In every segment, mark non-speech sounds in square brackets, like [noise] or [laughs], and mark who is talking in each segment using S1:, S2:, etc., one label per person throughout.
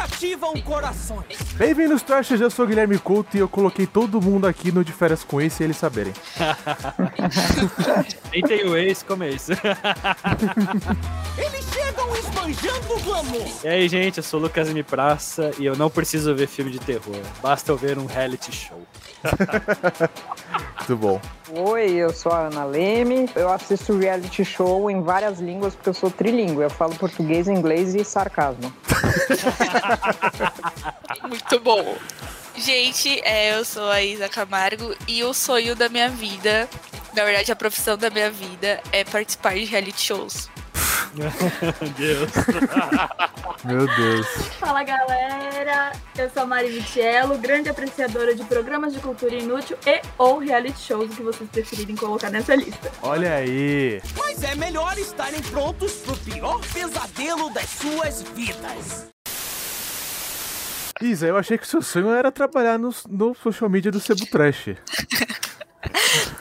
S1: ativam corações.
S2: Bem-vindos, Trashers. Eu sou o Guilherme Couto e eu coloquei todo mundo aqui no De Férias com Ace e eles saberem.
S3: Nem tem o ex, como é isso? [laughs]
S1: Eles chegam esbanjando o glamour.
S3: E aí, gente, eu sou o Lucas M. Praça e eu não preciso ver filme de terror. Basta eu ver um reality show.
S2: Muito bom.
S4: Oi, eu sou a Ana Leme. Eu assisto reality show em várias línguas porque eu sou trilingue. Eu falo português, inglês e sarcasmo.
S5: Muito bom. Gente, é, eu sou a Isa Camargo e o sonho da minha vida, na verdade a profissão da minha vida, é participar de reality shows.
S3: Meu Deus.
S2: Meu Deus.
S6: Fala galera, eu sou a Mari Vitiello, grande apreciadora de programas de cultura inútil e ou reality shows, o que vocês preferirem colocar nessa lista.
S2: Olha aí.
S1: Mas é melhor estarem prontos pro pior pesadelo das suas vidas.
S2: Isa, eu achei que o seu sonho era trabalhar no, no social media do Sebo Trash.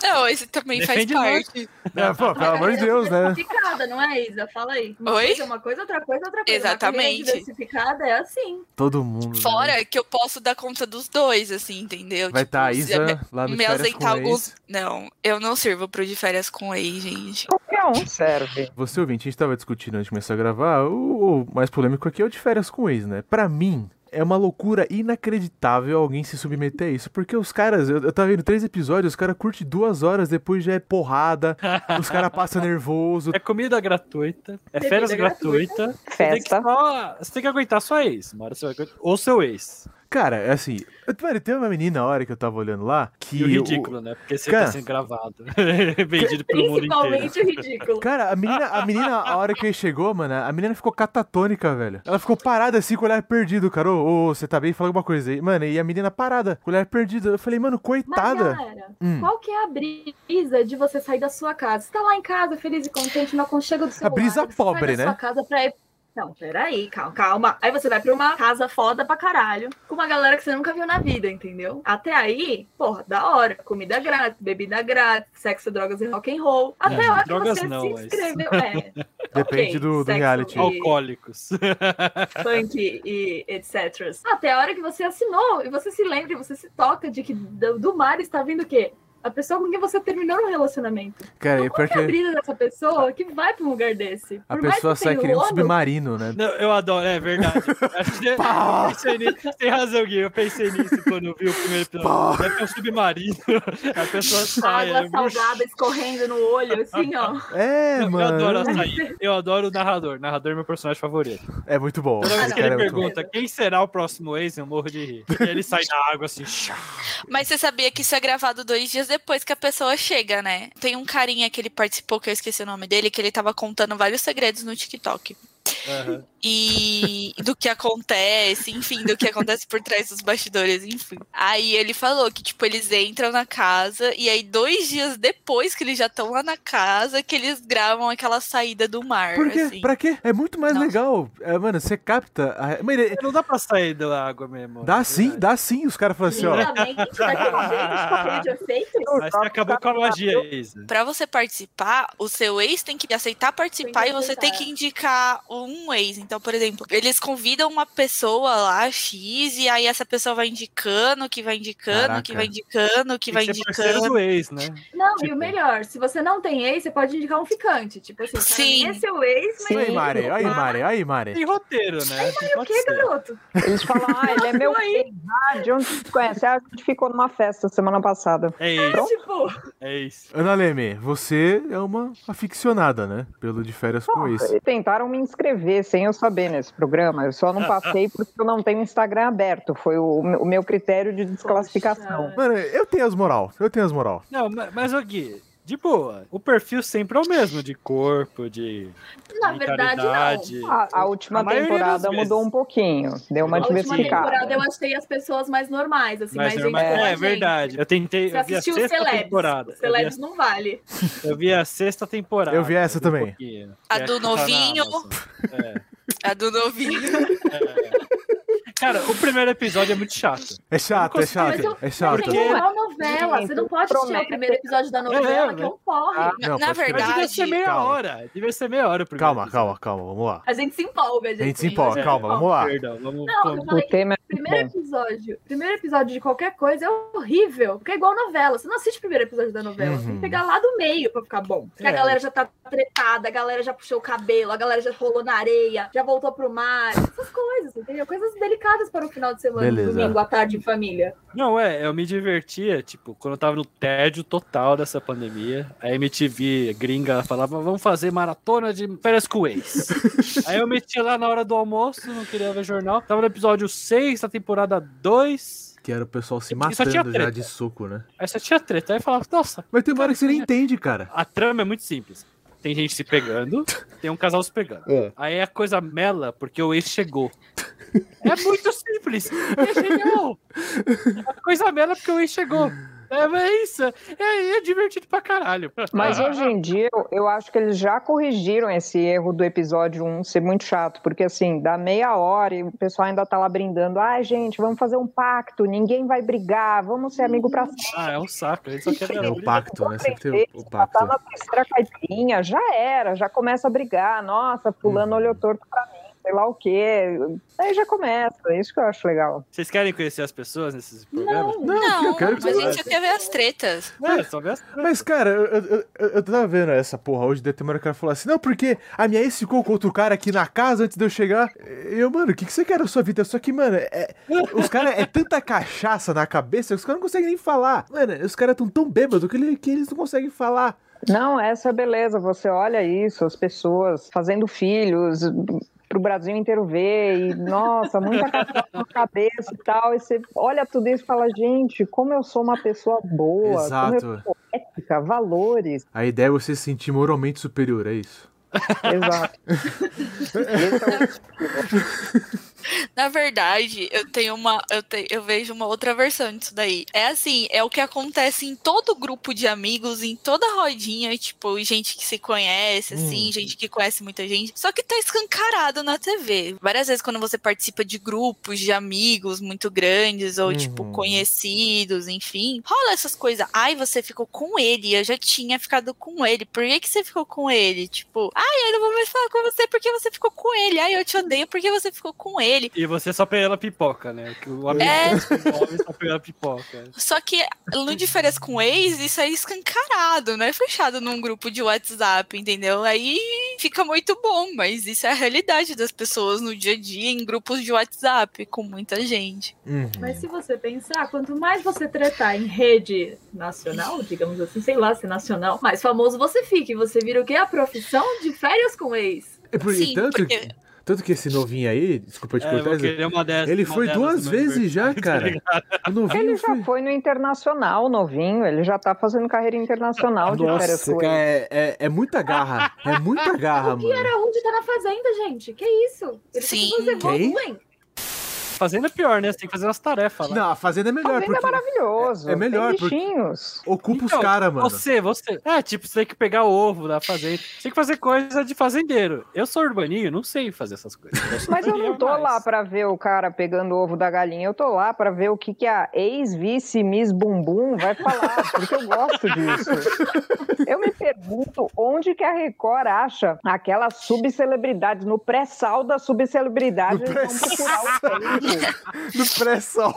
S5: Não, esse também
S3: Defende
S5: faz
S3: nós.
S5: parte.
S2: É, pô, pelo amor de Deus, né?
S6: Diversificada, não é, Isa? Fala aí. Uma
S5: Oi?
S6: coisa é uma coisa, outra coisa é outra coisa. Uma
S5: Exatamente.
S6: carreira Diversificada é assim.
S2: Todo mundo. né?
S5: Fora que eu posso dar conta dos dois, assim, entendeu?
S2: Vai
S5: Tipo,
S2: estar a
S5: se
S2: Isa
S5: eu me-
S2: lá no
S5: me
S2: De Férias com
S5: ausentar alguns.
S2: Ace.
S5: Não, eu não sirvo pro de férias com ex, gente.
S4: Qualquer um serve.
S2: Você ouvinte, a gente tava discutindo antes de começar a gravar, o, o mais polêmico aqui é o de férias com ex, né? Pra mim, é uma loucura inacreditável alguém se submeter a isso, porque os caras, eu, eu tava vendo três episódios, os caras curtem duas horas, depois já é porrada,
S3: [laughs]
S2: os caras passam nervoso.
S3: É comida gratuita, é
S6: Bebida
S3: férias gratuita. Você tem, que
S4: Festa.
S3: só- você tem que aguentar sua ex. Uma hora você vai aguentar- Ou seu ex.
S2: Cara, é assim, eu, mano, tem uma menina na hora que eu tava olhando lá, que...
S3: E, o
S2: eu-
S3: ridículo, né? Porque você
S2: Cara.
S3: tá sendo gravado. [laughs] Vendido pelo mundo inteiro.
S6: Principalmente o ridículo.
S2: Cara, a menina, a menina, a hora que ele chegou, mano, a menina ficou catatônica, velho. Ela ficou parada assim, com o olhar perdido, cara. Ô, ô, você tá bem? Fala alguma coisa aí. Mano, e a menina parada, com o olhar perdido. Eu falei, mano,
S6: Mas,
S2: coitada.
S6: galera,
S2: Hum.
S6: qual que é a brisa de você sair da sua casa? Você tá lá em casa, feliz e contente, no aconchego do seu
S2: A brisa
S6: lar, você
S2: pobre,
S6: sai
S2: né?
S6: da sua casa pra ir... Não, peraí, calma, calma. Aí você vai pra uma casa foda pra caralho, com uma galera que você nunca viu na vida, entendeu? Até aí, porra, da hora. Comida grátis, bebida grátis, sexo, drogas e rock and roll. Até
S3: Não,
S6: a hora que
S3: drogas
S6: você
S3: não,
S6: se
S3: mas-
S6: inscreveu.
S3: [laughs]
S6: É,
S2: Depende
S6: ok,
S2: do- do
S6: sexo
S2: reality.
S6: e-
S3: Alcoólicos. [laughs]
S6: funk e etc. Até a hora que você assinou e você se lembra, e você se toca de que do, do mar está vindo o quê? A pessoa com quem você terminou um relacionamento.
S2: Cara, é
S6: Então,
S2: pior
S6: qual que é a
S2: que
S6: brisa dessa pessoa que vai pra um lugar desse?
S2: a
S6: Por mais
S2: pessoa
S6: que
S2: sai
S6: tenha
S2: que nem um
S6: ano,
S2: submarino, né?
S3: Não, eu adoro, é [laughs] verdade. Acho que- eu pensei nisso. Tem razão, Gui. Eu pensei nisso quando eu vi o primeiro episódio. Deve ter um submarino. [laughs] A pessoa sai.
S6: Água
S3: é muito
S6: salgada escorrendo no olho, assim, ó.
S2: [laughs] É,
S3: Eu
S2: mano.
S3: adoro açaí. Eu adoro o narrador. Narrador é meu personagem favorito.
S2: É muito bom.
S3: Toda vez
S2: Esse
S3: que
S2: cara
S3: ele
S2: é muito bom.
S3: pergunta quem será o próximo ex, eu morro de rir. E ele sai da água assim. chá.
S5: Mas você sabia que isso é gravado dois dias depois que a pessoa chega, né? Tem um carinha que ele participou, que eu esqueci o nome dele, que ele tava contando vários segredos no TikTok.
S3: Aham.
S5: E do que acontece, enfim, do que acontece por trás dos bastidores, enfim. Aí ele falou que, tipo, eles entram na casa e aí dois dias depois que eles já estão lá na casa, que eles gravam aquela saída do mar,
S2: Por quê?
S5: assim.
S2: Pra quê? É muito mais
S5: Nossa.
S2: legal. É, mano, você capta. a- Mano, ele-
S3: [laughs] Não dá pra sair da água mesmo.
S2: dá
S3: é
S2: sim,
S3: verdade.
S2: dá sim. Os caras falam [laughs] assim, ó.
S6: Lindamente, daquele jeito, de papel de efeito.
S3: Mas você acabou com a magia, né? Isa.
S5: Pra você participar, o seu ex tem que aceitar participar
S6: Tem que
S5: e você tem
S6: aceitar.
S5: que é. indicar um ex. Então, por exemplo, eles convidam uma pessoa lá, X, e aí essa pessoa vai indicando, que vai indicando,
S2: Caraca.
S5: que vai indicando, que
S3: Tem
S5: vai
S3: que ser parceiro
S5: indicando.
S3: do ex, né?
S6: Não, e
S3: Tipo-
S6: o melhor, se você não tem ex, você pode indicar um ficante. Tipo assim, cara,
S5: Sim.
S6: nem é seu ex, mas. é
S4: Sim.
S2: Aí, Mare, aí, Mare, aí, Mare.
S3: Tem roteiro, né?
S6: O que, garoto?
S4: Eles falam, ah, ele é meu ex. Ah, de onde você conhece? Ah, a gente ficou numa festa semana passada.
S3: É ex,
S6: Tipo,
S3: é ex.
S2: Ana Leme, você é uma aficionada, né? Pelo de férias com ex.
S4: E tentaram me inscrever sem eu saber nesse programa.
S3: [laughs]
S4: Eu só não passei porque eu não tenho Instagram aberto. Foi o, o meu critério de desclassificação.
S2: Mano, eu tenho as moral. Eu tenho as moral.
S3: Não, ma- mas, ô Gui, de boa. O perfil sempre é o mesmo, de corpo, de
S6: na verdade, não.
S3: mentalidade.
S4: A, a última
S3: A maioria das
S4: temporada
S3: vezes.
S4: mudou um pouquinho, deu uma
S3: A
S6: A última
S2: né?
S6: temporada
S4: diversificada.
S6: eu achei as pessoas mais normais, assim, mais,
S3: Mas,
S6: gente
S3: normal-
S6: como a
S3: é,
S6: gente.
S3: verdade. Eu tentei.
S6: Você
S3: eu vi a
S6: assistiu
S3: sexta
S6: os Celebs.
S3: temporada.
S6: Os
S3: Eu vi a-
S6: Celebs não vale.
S3: Eu vi a sexta temporada.
S2: Eu vi essa também.
S3: um pouquinho,
S5: A
S3: que
S5: do
S3: é que tá na
S5: novinho.
S3: Amazon. É,
S5: A do novinho.
S3: é. Cara, o primeiro episódio é muito chato.
S2: É chato, é
S3: consigo-
S6: Mas eu-
S2: chato, é chato.
S6: Mas é igual novela. Você não pode assistir o primeiro episódio da novela, que
S3: né?
S6: é um porre.
S2: Ah,
S5: Na-
S2: não,
S5: na
S2: pode crer.
S3: Mas devia ser meia
S2: Calma.
S3: hora. Devia ser meia hora o primeiro
S2: Calma,
S3: episódio.
S2: calma, calma, vamos lá.
S6: A gente se empolga, gente.
S2: A gente se
S3: É.
S2: empolga, calma, vamos lá.
S3: Perdão, vamos.
S6: Não, eu
S3: vamos-
S4: O
S6: falei,
S4: tema é muito
S6: primeiro
S4: bom.
S6: episódio. Primeiro episódio de qualquer coisa é horrível. Porque é igual novela. Você não assiste o primeiro episódio da novela. Tem
S2: Uhum.
S6: que pegar lá do meio pra ficar bom. Porque
S3: É.
S6: a galera já tá tretada, a galera já puxou o cabelo, a galera já rolou na areia, já voltou pro mar. Essas coisas, entendeu? Coisas delicadas para o final de semana,
S2: Beleza.
S6: domingo à tarde em família.
S3: Não, é, eu me divertia, tipo, quando eu tava no tédio total dessa pandemia, a MTV gringa falava, vamos fazer maratona de férias
S2: [laughs]
S3: com ex. Aí eu metia lá na hora do almoço, não queria ver jornal. Tava no episódio 6 da temporada 2,
S2: Que era o pessoal se
S3: Isso aqui é
S2: matando já
S3: treta.
S2: de soco, né?
S3: aí só tinha treta. Aí eu falava, nossa,
S2: Mas tem uma hora que você nem entende, cara.
S3: a trama é muito simples. Tem gente se pegando, tem um casal se pegando.
S2: É.
S3: Aí a coisa mela porque o ex chegou. É muito simples. É genial. A coisa mela porque o ex chegou. É, mas é isso. É, é divertido pra caralho. Ah,
S4: Mas
S2: Ah.
S4: hoje em dia, eu, eu acho que eles já corrigiram esse erro do episódio 1 ser muito chato, porque assim, dá meia hora e o pessoal ainda tá lá brindando. Ai, gente, vamos fazer um pacto, ninguém vai brigar, vamos ser amigo pra sempre.
S3: Ah, é um saco. Ele só quer
S2: É o pacto, né? Sempre tem
S4: Aprender,
S2: o- o
S4: já tá
S2: pacto.
S4: na terceira caipirinha, já era, já começa a brigar. Nossa, fulano
S2: Uhum.
S4: olhou torto pra mim, sei lá o quê. Aí já começa, é isso que eu acho legal.
S3: Vocês querem conhecer as pessoas nesses programas?
S6: Não,
S2: Não, eu
S5: [laughs] Não,
S2: quero que
S5: mas a
S2: você
S5: gente só quer ver as tretas.
S3: Não. É, só ver as...
S2: Mas, cara, eu, eu, eu, eu tava vendo essa porra hoje, daí tem uma hora que o cara falou assim, não, porque a minha ex ficou com outro cara aqui na casa antes de eu chegar. Eu, mano, o que, que você quer da sua vida? Só que, mano, é- os caras é tanta cachaça na cabeça que os caras não conseguem nem falar. Mano, os caras tão tão bêbados que, ele- que eles não conseguem falar.
S4: Não, essa é a beleza. Você olha isso, as pessoas fazendo filhos pro Brasil inteiro ver e nossa, muita cachaça na cabeça e tal. E você olha tudo isso e fala, gente, como eu sou uma pessoa boa, como eu
S2: Exato.
S4: sou
S2: [laughs]
S4: ética, valores.
S2: A ideia é você se sentir moralmente superior, é isso.
S4: Exato. Esse é o-
S5: Na verdade, eu tenho uma. Eu, te- eu vejo uma outra versão disso daí. É assim, é o que acontece em todo grupo de amigos, em toda rodinha, tipo, gente que se conhece, assim, gente que conhece muita gente. Só que tá escancarado na TV. Várias vezes quando você participa de grupos de amigos muito grandes, ou, tipo,
S2: Uhum.
S5: conhecidos, enfim, rola essas coisas. Ai, você ficou com ele, eu já tinha ficado com ele. Por que, que você ficou com ele? Tipo, ai, eu não vou mais falar com você porque você ficou com ele. Ai, eu te odeio porque você ficou com ele.
S3: E você só pela pipoca, né? Que o amigo
S5: É.
S3: o homem só pela pipoca.
S5: Só que no de férias com ex, isso é escancarado, não é fechado num grupo de WhatsApp, entendeu? Aí fica muito bom, mas isso é a realidade das pessoas no dia a dia, em grupos de WhatsApp, com muita gente.
S2: Uhum.
S6: Mas se você pensar, quanto mais você tretar em rede nacional, digamos assim, sei lá se é nacional, mais famoso você fica. E você vira o quê? A profissão de férias com ex.
S2: E, por, e
S5: Sim,
S2: tanto,
S5: porque-
S2: tanto que esse novinho aí, desculpa te
S3: É, eu
S2: cortar,
S3: vou querer uma dessa,
S2: ele
S3: uma
S2: foi
S3: delas
S2: duas
S3: no meu
S2: vezes já,
S3: aniversário, tá
S2: cara.
S3: ligado?
S2: O novinho
S4: Ele
S2: foi-
S4: já foi no internacional novinho, ele já tá fazendo carreira internacional de férias
S2: Nossa,
S4: com
S2: cara,
S4: ele.
S2: é, é, é muita garra. É muita garra,
S6: O que
S2: mano.
S6: era onde tá na fazenda, gente? Que isso? Ele
S5: Sim.
S6: precisa ser
S2: Quem?
S6: bom, hein?
S3: Fazenda é pior, né? Você tem que fazer umas tarefas lá.
S2: Não, a Fazenda é melhor,
S4: Fazenda é
S2: porque
S4: maravilhoso.
S2: é- é melhor,
S4: Tem
S2: porque-
S4: bichinhos.
S2: ocupa
S3: Então,
S2: os caras, mano.
S3: Você, você. É, tipo, você tem que pegar o ovo da fazenda. Você tem que fazer coisa de fazendeiro. Eu sou urbaninho, não sei fazer essas coisas. sou
S4: Mas eu não
S3: urbaninho,
S4: tô
S3: mas-
S4: lá pra ver o cara pegando o ovo da galinha, eu tô lá pra ver o que, que a ex-vice Miss Bumbum vai falar, porque eu gosto disso. Eu me pergunto onde que a Record acha aquelas subcelebridades, no pré-sal da subcelebridade,
S2: No
S4: eles vão procurar o
S2: No
S4: tempo.
S3: [laughs]
S2: pré-sol.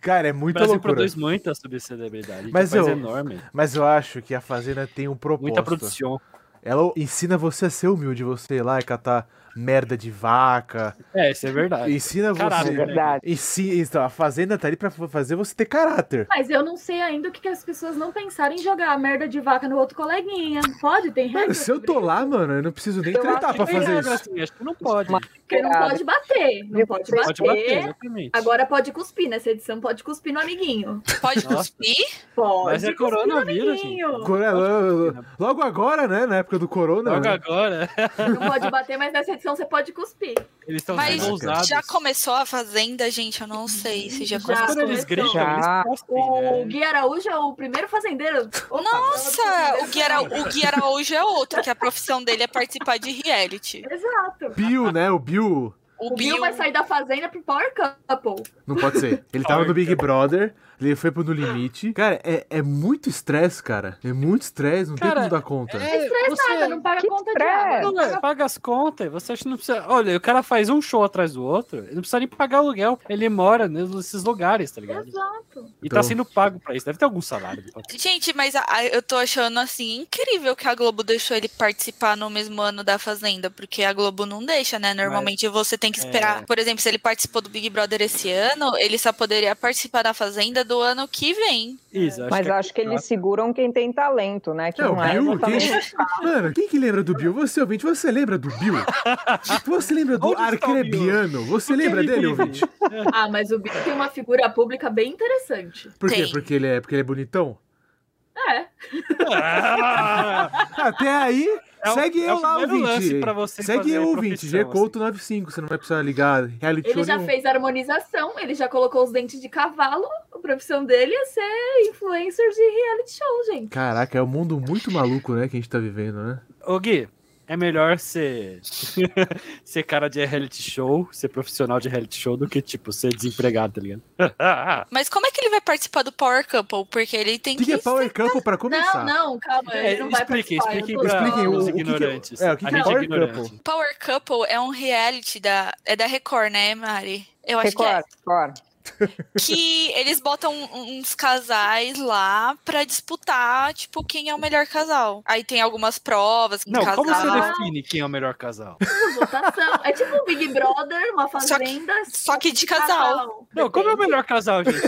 S2: cara, é
S3: O
S2: muita
S3: Brasil
S2: loucura.
S3: produz muita subcelebridade.
S2: Mas
S3: Mas eu...
S2: eu-
S3: enorme.
S2: Mas eu acho que a Fazenda tem um propósito.
S3: Muita produção.
S2: Ela ensina você a ser humilde, você ir lá e catar merda de vaca.
S3: É, isso é verdade.
S2: Ensina
S4: É
S3: Caralho,
S2: você.
S4: verdade.
S2: Ensi- Então, a Fazenda tá ali pra fazer você ter caráter.
S6: Mas eu não sei ainda o que, que as pessoas não pensaram em jogar a merda de vaca no outro coleguinha. Pode? Tem regra.
S2: Mano, se eu tô
S6: sobre
S2: lá, mano, eu não preciso nem
S4: Eu
S2: tentar
S4: acho
S2: pra
S3: Tem
S2: fazer
S3: regra
S2: isso.
S3: assim, acho que não pode.
S4: Mas-
S6: isso. Porque não pode bater. Não pode bater.
S3: Pode bater, né? exatamente.
S6: Agora pode cuspir. Nessa edição pode cuspir no amiguinho.
S5: Pode
S3: Nossa.
S5: cuspir?
S6: Pode
S3: Mas é
S6: cuspir no
S3: coronavírus, gente.
S6: amiguinho.
S2: Corona- Logo agora, né? Na época do corona.
S3: Logo
S2: né?
S3: agora,
S6: Não pode bater, mas nessa edição você pode cuspir.
S3: eles estão
S5: Mas
S3: sendo ousados.
S5: Já começou a fazenda, gente? Eu não sei se já
S6: Já.
S3: Mas
S5: começou.
S3: quando eles
S6: começou.
S3: gritam,
S4: Já.
S3: eles cuspem,
S6: O
S3: né?
S6: Gui Araújo é o primeiro fazendeiro.
S5: Nossa, o Gui, Ara... o Gui Araújo é outro, que a profissão dele é participar de reality.
S6: Exato.
S2: Bill, né? O Bill.
S5: O,
S6: O
S3: é
S6: Bill vai sair da fazenda pro Power Couple.
S2: Não pode ser. Ele tava no Big Brother, ele foi pro No Limite. Cara, é, é muito estresse, cara. É muito estresse, não
S3: Cara,
S2: tem como dar conta.
S3: É,
S6: Estressada,
S3: você-
S6: não paga
S4: Que
S6: conta
S4: estresse.
S6: de
S3: Não,
S6: água.
S3: velho, paga as contas, você acha que não precisa. Olha, o cara faz um show atrás do outro, ele não precisa nem pagar aluguel, ele mora nesses lugares, tá ligado?
S6: Exato.
S3: E
S2: Então-
S3: tá sendo pago pra isso, deve ter algum salário.
S5: Gente, mas a- a- eu tô achando assim incrível que a Globo deixou ele participar no mesmo ano da Fazenda, porque a Globo não deixa, né? Normalmente você
S4: É.
S5: tem que esperar. Por exemplo, se ele participou do Big Brother esse ano, ele só poderia participar da Fazenda do ano que vem.
S3: Isso, acho
S4: Mas
S3: que é-
S4: acho que eles seguram quem tem talento, né? Que
S2: É, o
S4: não é
S2: Bill,
S4: exatamente-
S2: quem... Mano, quem que lembra do Bill? Você, ouvinte, você lembra do Bill? Você lembra do
S3: Onde está o Bill?
S2: Arcrebiano? Você
S3: Porque
S2: lembra
S3: ele
S2: dele,
S3: vive. [laughs]
S2: ouvinte?
S6: Ah, mas o Bill tem uma figura pública bem interessante.
S2: Por quê?
S5: Tem.
S2: Porque ele é, porque ele é bonitão?
S6: É.
S3: Ah,
S2: Até aí,
S3: É o-
S2: segue
S3: é
S2: eu
S3: o
S2: lá,
S3: primeiro lance
S2: ouvinte.
S3: pra você
S2: Segue
S3: fazer
S2: eu,
S3: profissão, assim.
S2: ouvinte. G Couto 95, você não vai precisar ligar reality
S6: Ele
S2: show
S6: já
S2: nenhum.
S6: fez harmonização, ele já colocou os dentes de cavalo. A profissão dele é ser influencer de reality show, gente.
S2: Caraca, é um mundo muito maluco, né, que a gente tá vivendo, né?
S3: Ô Gui, é melhor ser... [laughs] ser cara de reality show, ser profissional de reality show, do que, tipo, ser desempregado, tá ligado?
S5: Mas como é que ele vai participar do Power Couple? Porque ele tem
S2: O que, que é Power Couple pra começar?
S6: Não, não, calma, É, ele não vai
S3: expliquem,
S6: participar. eu
S3: expliquem
S6: tô
S3: É, pra
S2: Expliquem o-
S6: falando.
S3: os
S2: o que
S3: [laughs]
S2: que é-
S3: ignorantes.
S2: é, o que
S3: a
S2: que é
S3: gente é
S2: Power
S3: ignorante.
S2: Couple?
S5: Power Couple é um reality da é da Record, né, Mari? Eu acho
S4: Record, Record.
S5: que é. Que eles botam um- uns casais lá pra disputar, tipo, quem é o melhor casal. Aí tem algumas provas,
S3: Não,
S5: casal.
S3: como você define quem é o melhor
S6: [laughs]
S3: casal?
S6: votação. É tipo um Big Brother, uma fazenda. Ah,
S5: só que de casal.
S3: Não, como é o melhor casal, gente?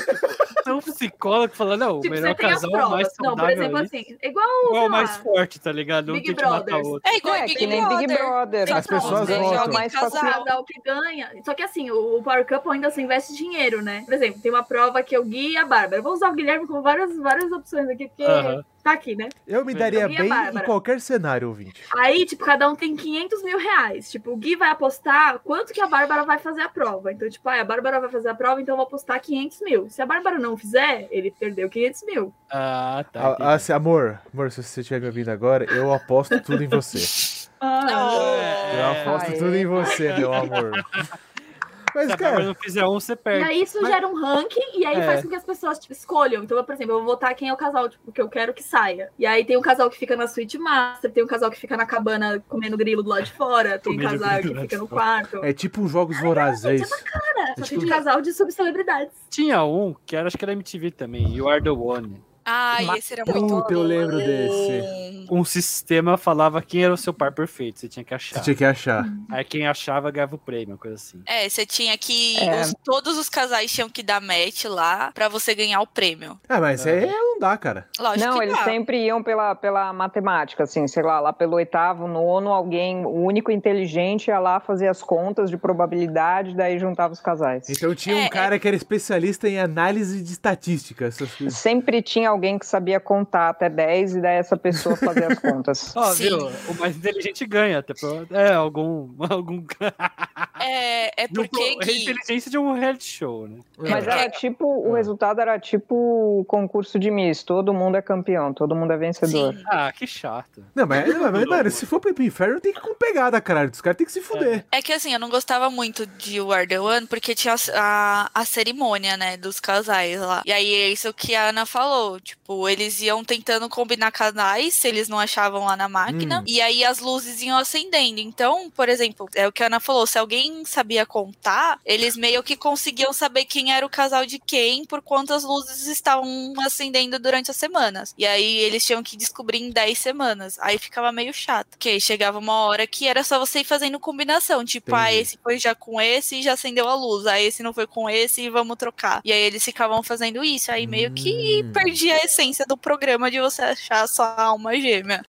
S3: Tem um psicólogo falando, não, o
S6: Tipo,
S3: melhor
S6: você tem as
S3: casal é o mais
S6: provas. Não,
S3: saudável.
S6: por exemplo,
S3: aí.
S6: assim, igual sei
S3: Qual é o
S6: lá,
S3: mais forte, tá ligado? Um
S6: Big
S3: tem que matar
S6: Brothers.
S3: o outro.
S5: É igual
S4: É,
S5: Big,
S4: que nem Big Brother.
S2: As pessoas
S5: Eles
S2: votam.
S5: jogam
S4: Mais
S5: casal.
S6: é o casal que ganha. Só que assim, o o Power Couple ainda se investe dinheiro, né? Por exemplo, tem uma prova que eu Gui e a Bárbara. Eu Vou usar o Guilherme com várias, várias opções aqui, porque
S3: Aham.
S6: tá aqui, né?
S2: Eu me
S3: Verdade.
S2: daria
S6: Minha
S2: bem em
S6: Bárbara.
S2: qualquer cenário, ouvinte.
S6: Aí, tipo, cada um tem 500 mil reais. Tipo, o Gui vai apostar quanto que a Bárbara vai fazer a prova. Então, tipo, ah, a Bárbara vai fazer a prova, então eu vou apostar 500 mil. Se a Bárbara não fizer, ele perdeu 500 mil.
S3: Ah, tá.
S2: Ah,
S3: entendi.
S2: assim, amor, amor, se você estiver me ouvindo agora, eu aposto tudo em você. Eu
S3: É.
S2: aposto
S4: Aê.
S2: tudo em você, meu amor.
S3: Se
S2: Mas,
S3: a Bárbara
S2: cara,
S3: não fizer um, você
S6: E
S3: perde.
S6: aí isso
S3: Mas-
S6: gera um ranking e aí
S3: É.
S6: faz com que as pessoas tipo, escolham. Então, por exemplo, eu vou votar quem é o casal tipo, que eu quero que saia. E aí tem um casal que fica na suíte master, tem um casal que fica na cabana comendo grilo do lado de fora, tem um
S3: Comendo
S6: casal
S3: grilo do
S6: que
S3: lado
S6: fica
S3: de
S6: no quarto.
S2: é tipo os jogos vorazes.
S6: Cara, só tem
S2: tipo-
S6: de casal de subcelebridades.
S3: Tinha um, que era, acho que era MTV também, You Are The One.
S5: Ai, Ah, esse era muito
S2: Puta, eu lembro desse.
S5: bom.
S6: Hum.
S3: Um sistema falava quem era o seu par perfeito, você tinha que achar.
S2: Você tinha que achar.
S3: Aí quem achava ganhava o prêmio, uma coisa assim.
S5: É, você tinha que.
S4: É.
S5: os- todos os casais tinham que dar match lá pra você ganhar o prêmio.
S2: Ah, mas
S3: Tá.
S2: aí não dá, cara.
S5: Lógico
S4: Não,
S5: que
S4: eles
S5: dá.
S4: sempre iam pela, pela matemática, assim, sei lá, lá pelo oitavo, nono, alguém, o único inteligente ia lá fazer as contas de probabilidade, daí juntava os casais.
S2: Então tinha
S5: É,
S2: um
S5: é-
S2: cara que era especialista em análise de estatística, essas coisas.
S4: Sempre tinha alguém que sabia contar até 10 e daí essa pessoa fazia as
S3: [laughs]
S4: contas.
S3: Ó,
S5: Sim.
S3: viu? O mais inteligente ganha. Até pro- É, algum. [laughs] algum...
S5: É, é porque.
S3: É a
S5: Gui,
S3: inteligência de um reality show, né?
S4: Mas
S5: É.
S4: era tipo, o
S2: Ah.
S4: resultado era tipo o concurso de Miss, todo mundo é campeão, todo mundo é vencedor.
S5: sim.
S3: Ah, que
S2: [laughs]
S3: chato.
S2: Não, mas, não, mas mano, se for pro inferno, tem que ir com pegada, caralho. Os caras têm que se fuder.
S5: É que assim, eu não gostava muito de War The One porque tinha as- a, a cerimônia, né, dos casais lá. E aí é isso que a Ana falou. Tipo, eles iam tentando combinar casais se eles não achavam lá na máquina.
S2: Hum.
S5: E aí as luzes iam acendendo. Então, por exemplo, é o que a Ana falou: se alguém sabia contar, eles meio que conseguiam saber quem era o casal de quem por quantas luzes estavam acendendo durante as semanas. E aí eles tinham que descobrir em 10 semanas. Aí ficava meio chato. Porque chegava uma hora que era só você ir fazendo combinação. Tipo, ah,
S2: Entendi.
S5: esse foi já com esse e já acendeu a luz. Ah, esse não foi com esse e vamos trocar. E aí eles ficavam fazendo isso. Aí meio que
S2: Hum.
S5: perdia a essência do programa de você achar a sua alma gêmea.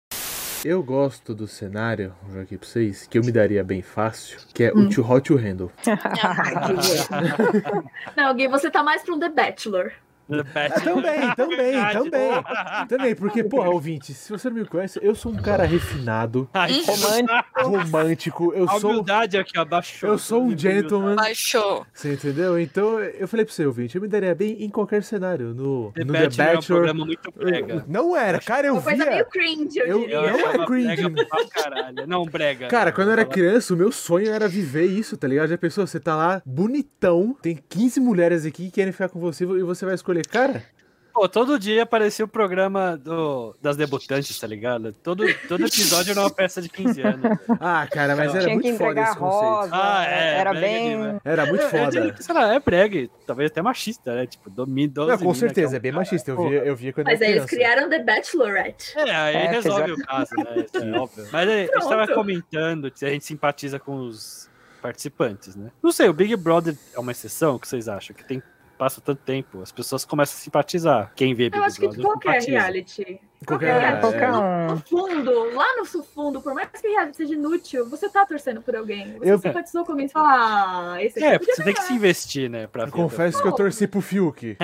S2: Eu gosto do cenário, vou jogar aqui pra vocês, que eu me daria bem fácil, que é
S6: Hum.
S2: o Too Hot to Handle.
S4: [laughs]
S6: Não, Gui, você tá mais pra um The Bachelor.
S2: Ah,
S3: [laughs] É
S2: também, também, [laughs] também. Também, porque, porra, ouvinte, se você não me conhece, eu sou um cara
S3: [laughs]
S2: refinado,
S4: Romântico.
S2: romântico, eu
S3: A
S2: sou. um
S3: humildade aqui abaixou.
S2: Eu sou um gentleman.
S5: Baixou.
S2: Você entendeu? Então, eu falei pra você, ouvinte, eu me daria bem em qualquer cenário. No
S3: The
S2: no The
S3: Bachelor é um
S2: Bachelor.
S3: programa muito brega.
S2: Não era, cara, eu
S6: Uma coisa
S2: via.
S6: meio cringe, eu,
S2: Eu-
S6: diria.
S3: Eu
S2: Não é
S3: achava
S2: cringe.
S3: brega pra caralho. Não, brega.
S2: Cara,
S3: né?
S2: quando eu era
S3: Fala-
S2: criança, o meu sonho era viver isso, tá ligado? Já pensou? Você tá lá, bonitão, tem 15 mulheres aqui que querem ficar com você e você vai escolher. Cara,
S3: Pô, todo dia aparecia o programa do, das debutantes, tá ligado? Todo, todo episódio era uma peça de 15 anos.
S2: ah, cara, mas era
S4: Tinha que
S2: muito foda
S4: entregar
S2: esse conceito.
S4: rosa.
S3: Ah, é,
S4: era
S3: brega
S4: bem.
S3: demais.
S2: Era muito
S3: Eu- eu diria
S2: foda.
S3: que, sei lá, é preg, talvez até machista, né? Tipo, domínio
S2: Não, com certeza,
S3: um
S2: é bem machista. Eu via, eu via quando
S6: Mas
S2: era
S6: aí eles
S2: criança.
S6: criaram The Bachelorette.
S3: É, aí
S4: É,
S3: resolve
S4: fizeram-
S3: o caso, né? Isso
S2: [laughs]
S3: é óbvio. Mas aí, a gente tava
S6: Pronto.
S3: comentando se a gente simpatiza com os participantes, né? Não sei, o Big Brother é uma exceção, o que vocês acham? Que tem passa tanto tempo, as pessoas começam a simpatizar. Quem vê Big
S6: Eu acho que
S3: Brother
S6: qualquer
S3: simpatiza.
S6: reality.
S2: Qualquer-
S4: Qualquer
S2: é.
S4: um.
S6: No fundo, lá no seu fundo, por mais que o reality seja inútil, você tá torcendo por alguém. Você
S2: Eu-
S6: simpatizou com alguém e fala, ah, esse aqui
S3: É,
S6: podia
S3: porque você tem que
S6: ganhar."
S3: se investir, né? Pra
S2: Eu
S3: ver.
S2: confesso que eu torci pro Fiuk.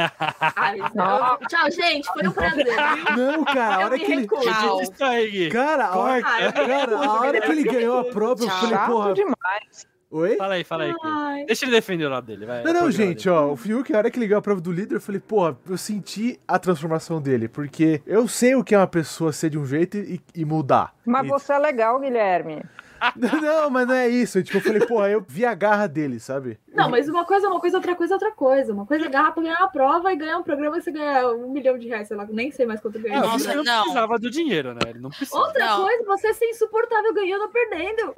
S6: Ai, não. né?" Tchau, gente. Foi um prazer, viu?
S2: Não,
S3: Ah,
S2: cara, a
S6: Eu
S2: hora
S6: me
S2: que ele.
S6: recuo.
S5: Tchau.
S3: Isso aí, Gui.
S2: Cara, a hora,
S6: Ah, eu me
S2: cara, a hora que ele ganhou a prova, eu falei,
S4: Chato
S2: porra.
S4: demais.
S2: Oi?
S3: Fala aí, fala aí. Gui.
S6: Ai.
S3: Deixa ele defender o lado dele, vai.
S2: Não, não,
S3: Programa
S2: gente,
S3: dele.
S2: ó, o Fiuk, a hora que ele ganhou a prova do líder, eu falei, porra, eu senti a transformação dele, porque eu sei o que é uma pessoa ser de um jeito e, e mudar.
S4: Mas
S2: E-
S4: você é legal, Guilherme.
S2: [laughs] Não, mas não é isso. Tipo, eu falei, porra, eu vi a garra dele, sabe?
S6: Não, mas uma coisa é uma coisa, outra coisa é outra coisa. Uma coisa é agarrar pra ganhar uma prova e ganhar um programa que você ganha um milhão de reais, sei lá, nem sei mais quanto ganha.
S3: Ah, o Gui
S5: Nossa,
S3: não,
S5: não.
S3: precisava do dinheiro, né? Ele não precisava.
S6: Outra
S5: Não.
S6: coisa, você ser insuportável ganhando ou perdendo.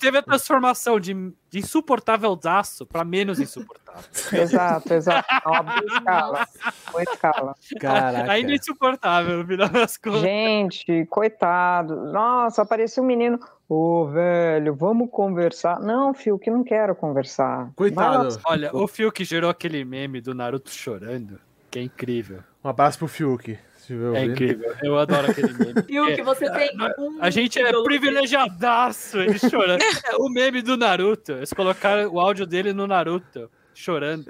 S3: Teve a transformação de, de insuportável daço pra menos insuportável.
S4: Exato, exato. É Uma boa
S3: Ah.
S4: escala. Boa escala.
S2: Caraca.
S3: Ainda é insuportável no final das contas.
S4: Gente, coitado. Nossa, apareceu um menino. Ô, velho, vamos conversar. Não, Fio, que não quero conversar. Vai lá.
S2: Coitado.
S3: Olha, o fio que gerou aquele meme do Naruto chorando, que é incrível.
S2: Um abraço pro Fiuk. Se tiver
S3: É
S2: ouvindo.
S3: incrível. Eu adoro aquele [laughs] meme.
S6: E o que você tem? um
S3: É, A gente é
S6: ídolo.
S3: privilegiadaço, ele [laughs] chorando. É, o meme do Naruto. Eles colocaram o áudio dele no Naruto, chorando.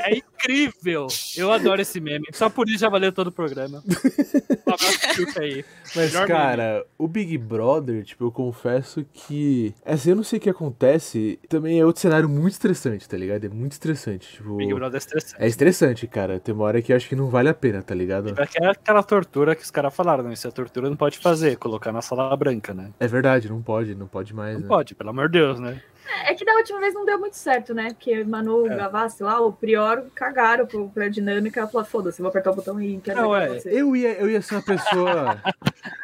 S3: É incrível. Eu adoro esse meme. Só por isso já valeu todo o programa. Um abraço pro Chuca aí.
S2: Mas,
S3: Melhor
S2: cara, o Big Brother, tipo, eu confesso que. Assim, eu não sei o que acontece. Também é outro cenário muito estressante, tá ligado? É muito estressante. Tipo.
S3: Big Brother é estressante.
S2: É estressante, cara. Tem uma hora que eu acho que não vale a pena, tá ligado?
S3: É aquela tortura que os caras falaram, não, isso é tortura, não pode fazer, colocar na sala branca, né?
S2: É verdade, não pode, não pode mais,
S3: Não
S2: né?
S3: pode, pelo amor de Deus, né?
S6: É que da última vez não deu muito certo, né? Porque Manu,
S3: É.
S6: Gavassi lá, o Prior cagaram pro, pra dinâmica. Falou, foda-se, vou apertar o botão e quero
S3: Não,
S6: ver o
S3: é.
S6: que acontece."
S2: Eu ia, eu ia ser uma
S3: [laughs]
S2: pessoa.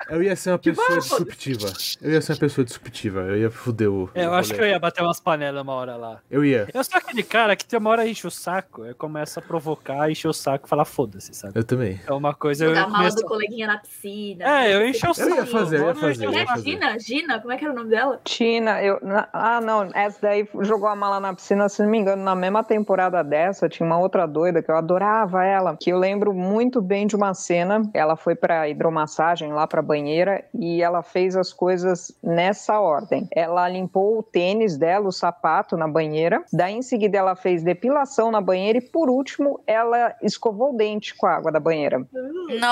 S2: eu ia ser uma pessoa
S6: bom.
S2: disruptiva. Eu ia ser uma pessoa disruptiva. Eu ia fuder o.
S3: É, eu
S2: o
S3: acho que eu
S2: rolê.
S3: ia bater umas panelas uma hora lá.
S2: Eu ia.
S3: Eu sou aquele cara que tem uma hora enche o saco, eu começo a provocar, encher o saco e falar foda-se, sabe?
S2: Eu também.
S3: É uma coisa. Eu,
S6: Jogar
S3: eu
S6: mal
S3: começo...
S6: do coleguinha na piscina. né?
S3: É, eu encho o saco.
S2: Eu ia fazer, eu ia fazer, eu
S6: assim. Como
S2: ia
S6: é que é?
S2: fazer.
S6: Gina? Gina? Como é que era o nome dela?
S4: Tina, eu. na- ah, não, essa daí jogou a mala na piscina, se não me engano, na mesma temporada dessa, tinha uma outra doida que eu adorava ela, que eu lembro muito bem de uma cena. Ela foi pra hidromassagem lá pra banheira e ela fez as coisas nessa ordem. Ela limpou o tênis dela, o sapato na banheira, daí em seguida ela fez depilação na banheira e por último ela escovou o dente com a água da banheira.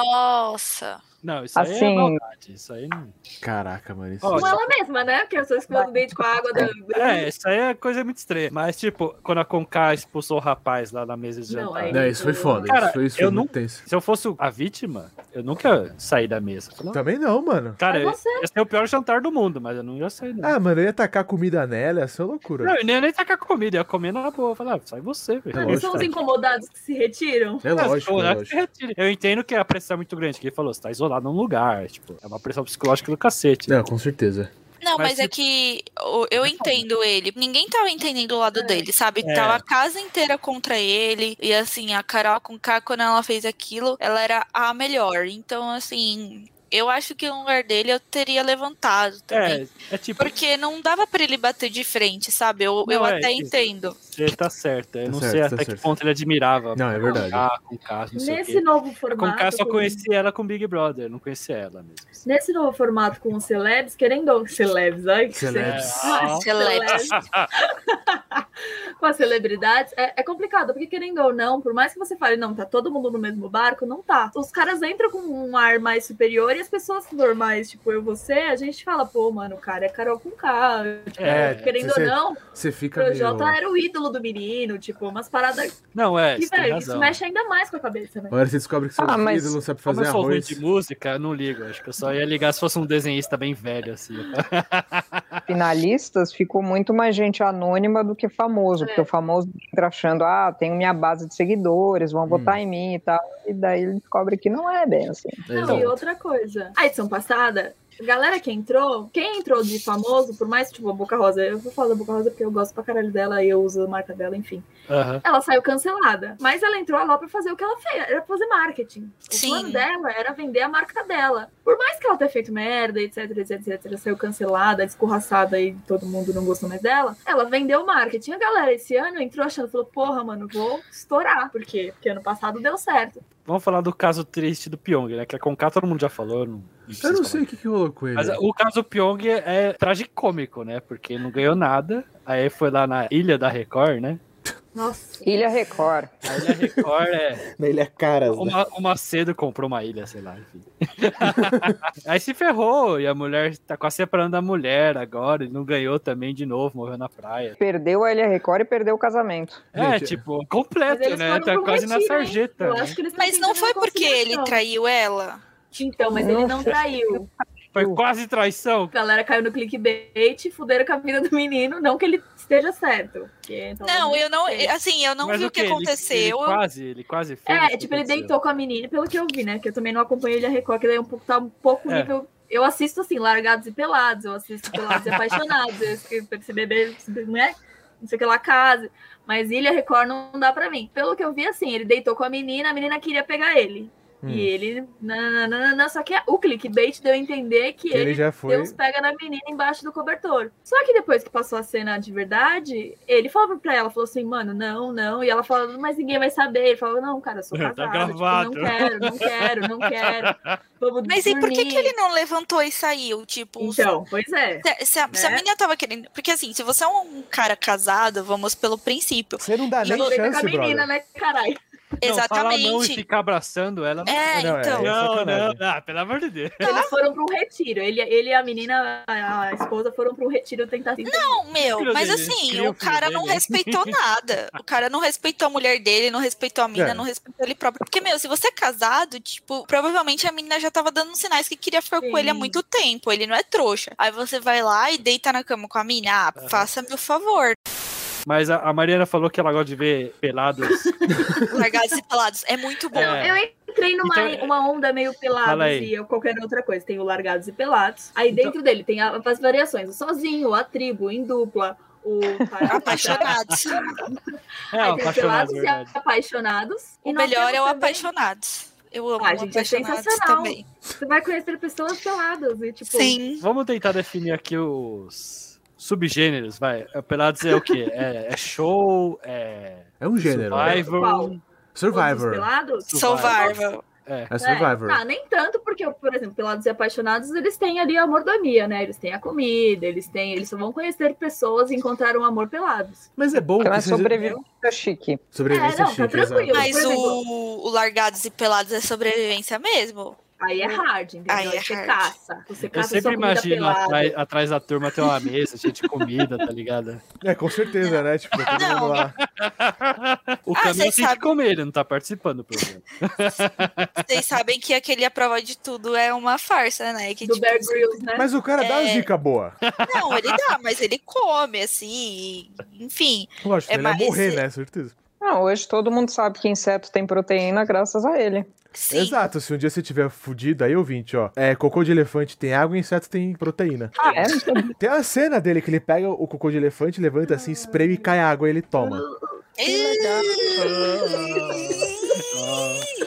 S5: Nossa.
S3: Não, isso aí é
S4: Assim.
S3: maldade. Isso aí não.
S2: Caraca, mano. Isso...
S3: Ó,
S6: Com ela mesma, né? Porque eu sou escovando o dente com a água da.
S3: É, isso aí é coisa muito estranha. Mas, tipo, quando a Conká expulsou o rapaz lá na mesa de
S6: Não,
S3: jantar.
S6: aí-
S2: Não, isso foi foda.
S3: Cara,
S2: isso foi, isso foi
S3: eu
S2: muito
S3: não-
S2: tenso.
S3: Se eu fosse a vítima, eu nunca saí da mesa. Eu falava,
S2: Também não, mano.
S3: Cara,
S6: Mas você-
S3: esse é o pior jantar do mundo, mas eu não ia sair, não.
S2: Ah, mano, eu ia tacar comida nela, ia ser uma loucura.
S3: Não, eu nem, nem tacar comida, eu ia comer na boa. Eu Falava, ah, sai você,
S2: É
S3: velho.
S6: Mano,
S2: lógico.
S6: são os incomodados que se retiram.
S2: É lógico, é
S3: Mas, né?
S2: lógico.
S3: eu, eu entendo que a pressão é muito grande, que ele falou, você tá isolado num lugar, tipo, é uma pressão psicológica do cacete.
S2: Não, com certeza.
S5: Não,
S3: Mas,
S5: mas, é que o- eu entendo ele. Ninguém tava entendendo o lado dele, sabe?
S3: É.
S5: Tava a casa inteira contra ele. E assim, a Carol com K, quando ela fez aquilo, ela era a melhor. Então, assim. Eu acho que no lugar dele eu teria levantado também.
S3: É, é tipo,
S5: Porque não dava pra ele bater de frente, sabe? Eu, eu
S3: Não, é,
S5: até
S3: isso.
S5: entendo.
S3: você tá certa. Eu
S2: Tá
S3: não
S2: certo,
S3: sei
S2: tá
S3: até que
S2: certo.
S3: ponto ele admirava.
S2: Não, é verdade.
S3: Ah, com K, não sei o
S6: Nesse
S3: quê.
S6: novo
S3: Com
S6: formato.
S3: K É só
S6: com-
S3: conheci ela com Big Brother, não conhecia ela mesmo.
S6: Nesse novo formato com os celebs, querendo ou celebs, ai que
S2: Celebs.
S6: ce- Ah,
S5: Celebs.
S6: [laughs] com as celebridades, é, é complicado, porque querendo ou não, por mais que você fale, não, tá todo mundo no mesmo barco, não tá. Os caras entram com um ar mais superior e as pessoas normais, tipo eu, você, a gente fala, pô, mano, o cara é Carol com K. Tipo,
S2: É,
S6: querendo
S2: você-
S6: ou não,
S2: Você
S6: o
S2: fica meio...
S6: Projota era o ídolo do menino, tipo, umas paradas
S3: Não, é,
S6: que,
S3: você tem
S6: velho, isso
S3: razão.
S6: mexe ainda mais com a cabeça, né?
S2: Agora você descobre que seu
S4: Ah, mas-
S2: filho não sabe
S3: Como
S2: fazer
S3: eu sou ruim
S2: arroz.
S3: de música, eu não ligo. Acho que eu só ia ligar se fosse um desenhista bem velho, assim.
S4: finalistas, ficou muito mais gente anônima do que famoso,
S6: É.
S4: porque o famoso entra achando, ah, tenho minha base de seguidores, vão
S2: Hum.
S4: votar em mim e tal, e daí ele descobre que não é bem assim.
S6: Não, e
S2: Exato.
S6: outra coisa. A edição passada, a galera que entrou, quem entrou de famoso, por mais tipo a Boca Rosa, eu vou falar da Boca Rosa porque eu gosto pra caralho dela e eu uso a marca dela, enfim.
S3: Aham.
S6: Ela saiu cancelada. Mas ela entrou lá pra fazer o que ela fez, era pra fazer marketing. O
S5: Sim.
S6: plano dela era vender a marca dela. Por mais que ela tenha feito merda, etc, etc, etc, saiu cancelada, escorraçada e todo mundo não gostou mais dela, ela vendeu marketing. A galera esse ano entrou achando, falou, porra, mano, vou estourar. Por quê? Porque ano passado deu certo.
S3: Vamos falar do caso triste do Pyong, né? Que é com K todo mundo já falou. Não, não
S2: Eu
S3: preciso
S2: não
S3: falar.
S2: sei o que, que rolou com ele.
S3: Mas uh, o caso Pyong é tragicômico, né? Porque não ganhou nada. Aí foi lá na Ilha da Record, né?
S6: Nossa.
S4: Ilha Record.
S3: A Ilha Record
S7: [laughs]
S3: é.
S7: Na Ilha Caras, né?
S3: Uma, o Macedo comprou uma ilha, sei lá, enfim. [laughs] Aí se ferrou e a mulher tá quase separando da mulher agora. Ele não ganhou também de novo, morreu na praia.
S4: Perdeu a Ilha Record e perdeu o casamento.
S3: É,
S2: Gente,
S3: tipo,
S6: Mas
S3: completo,
S6: eles
S3: né?
S6: foram
S3: Tá
S6: pro
S3: quase na
S6: retiro, hein?
S3: sarjeta.
S6: Eu
S3: né?
S6: acho que eles estão
S5: Mas não
S6: tentando
S5: foi porque ele
S6: reconciliação.
S5: traiu ela?
S6: Então, mas ele não traiu.
S3: Foi quase traição.
S6: A galera caiu no clickbait, fuderam com a vida do menino. Não que ele esteja certo. porque então, talvez
S5: Não, eu não.
S6: esteja.
S5: Assim, eu não
S3: Mas
S5: vi o que
S3: quê? Ele-
S5: aconteceu.
S3: Ele, quase, ele quase fez. isso
S6: É,
S3: que
S6: tipo, ele
S3: aconteceu.
S6: deitou com a menina, pelo que eu vi, né? Que eu também não acompanhei ele a Record, que daí é um pouco, tá um pouco
S3: É.
S6: nível. Eu assisto, assim, Largados e Pelados, eu assisto Pelados e Apaixonados, eu assisto esse bebê, né? Não sei o que lá, casa. Mas Ilha Record não dá pra mim. Pelo que eu vi, assim, ele deitou com a menina, a menina queria pegar ele.
S2: Hum.
S6: E ele. Nananana, só que o clickbait deu a entender que
S2: ele
S6: ele
S2: já foi...
S6: Deus pega na menina embaixo do cobertor. Só que depois que passou a cena de verdade, ele falava pra ela, falou assim, mano, não, não. E ela falou, mas ninguém vai saber. Ele falou, não, cara, eu sou
S3: Tá
S6: casada.
S3: gravado.
S6: Tipo, não quero, não quero, não quero. Vamos
S5: Mas e por que, que
S6: dormir."
S5: ele não levantou e saiu? Tipo,
S6: Então, pois é.
S5: se, se a, se a
S6: né?
S5: menina tava querendo. Porque assim, se você é um cara casado, vamos pelo princípio.
S7: Você não dá
S5: E
S7: nem
S6: Não deita
S7: chance,
S6: com a menina,
S7: brother.
S6: né, caralho?
S3: Não, falar não e
S5: Exatamente.
S3: ficar abraçando ela.
S5: É,
S2: Não, é,
S5: então.
S2: é
S3: Não, não,
S2: sacanagem.
S3: ah, pelo amor de Deus.
S5: Tá.
S6: Eles foram pra um retiro. Ele, ele e a menina, a, a esposa, foram pra um retiro tentar se entender.
S5: Não, meu,
S3: filho
S5: mas
S3: dele,
S5: assim,
S3: cria
S5: o
S3: o filho
S5: cara não
S3: dele.
S5: respeitou nada. O cara não respeitou a mulher dele, não respeitou a mina,
S2: É.
S5: não respeitou ele próprio. Porque, meu, se você é casado, tipo, provavelmente a menina já tava dando sinais que queria ficar com ele há
S6: Sim.
S5: muito tempo. Ele não é trouxa. Aí você vai lá e deita na cama com a mina. Ah, faça-me o favor.
S3: Mas a, a Mariana falou que ela gosta de ver pelados.
S5: Largados e pelados. É muito bom.
S3: É.
S6: Eu entrei numa
S3: Então-
S6: uma onda meio
S3: Fala
S6: pelados
S3: aí.
S6: e eu- qualquer outra coisa. Tem o largados e pelados. Aí
S3: Então-
S6: dentro dele tem a- as variações: o sozinho, a tribo, em dupla,
S5: [laughs]
S6: o tá
S5: Apaixonados.
S3: É,
S6: Aí tem os
S3: apaixonado,
S6: pelados e
S3: verdade.
S6: apaixonados. E
S5: O
S6: nós
S5: melhor
S6: temos
S5: é o
S6: também-
S5: apaixonados. Eu amo
S6: Ah,
S5: o
S6: gente, é
S5: apaixonados
S6: sensacional.
S5: também.
S6: Você vai conhecer pessoas peladas e tipo.
S5: Sim.
S3: Vamos tentar definir aqui os subgêneros, vai. Pelados é o quê? É, é show, é
S2: É um gênero. né?
S6: Qual?
S3: survival.
S6: Todos
S2: Survivor.
S6: pelados?
S5: Sou Varva.
S2: É
S6: É,
S2: Survivor.
S6: Ah, nem tanto, porque, por exemplo, pelados e apaixonados, eles têm ali a mordomia, né? Eles têm a comida, eles têm. Eles só vão conhecer pessoas e encontrar um amor pelados.
S2: Mas é bom
S4: Então é
S2: que seja-
S4: sobrevivência chique.
S2: Sobrevivência
S6: É, não, tá
S2: chique,
S6: tranquilo.
S2: exato.
S5: Mas
S6: Por exemplo-
S5: o, o Largados e Pelados é sobrevivência mesmo?
S6: Aí é hard, entendeu?
S5: Aí é
S6: você
S5: hard.
S6: caça. Você
S3: Eu
S6: caça sua
S3: sempre
S6: comida
S3: imagino
S6: pelada.
S3: atrás, atrás da turma ter uma mesa, cheia de comida, tá ligado?
S2: É, com certeza, né? Tipo, todo
S5: Não.
S2: mundo lá.
S3: O
S5: Ah,
S3: Camilo
S5: vocês
S3: tem que
S5: sabem.
S3: comer, ele não tá participando do programa.
S5: Vocês sabem que aquele A Prova de Tudo é uma farsa, né? Que,
S6: Do
S5: tipo,
S6: Bear Grylls, né?
S2: Mas o cara dá
S5: É.
S2: as dicas boas.
S5: Não, ele dá, mas ele come, assim, e- enfim.
S2: Lógico,
S5: É,
S2: ele vai
S5: mas-
S2: morrer, né? Certeza.
S4: Não, Ah, hoje todo mundo sabe que inseto tem proteína graças a ele.
S5: Sim.
S2: Exato, se um dia você tiver fudido, aí ouvinte, ó. É, cocô de elefante tem água e inseto tem proteína.
S4: Ah, é? Não sabia.
S2: Tem uma cena dele que ele pega o cocô de elefante, levanta assim, espreme e cai água e ele toma.
S5: Ih,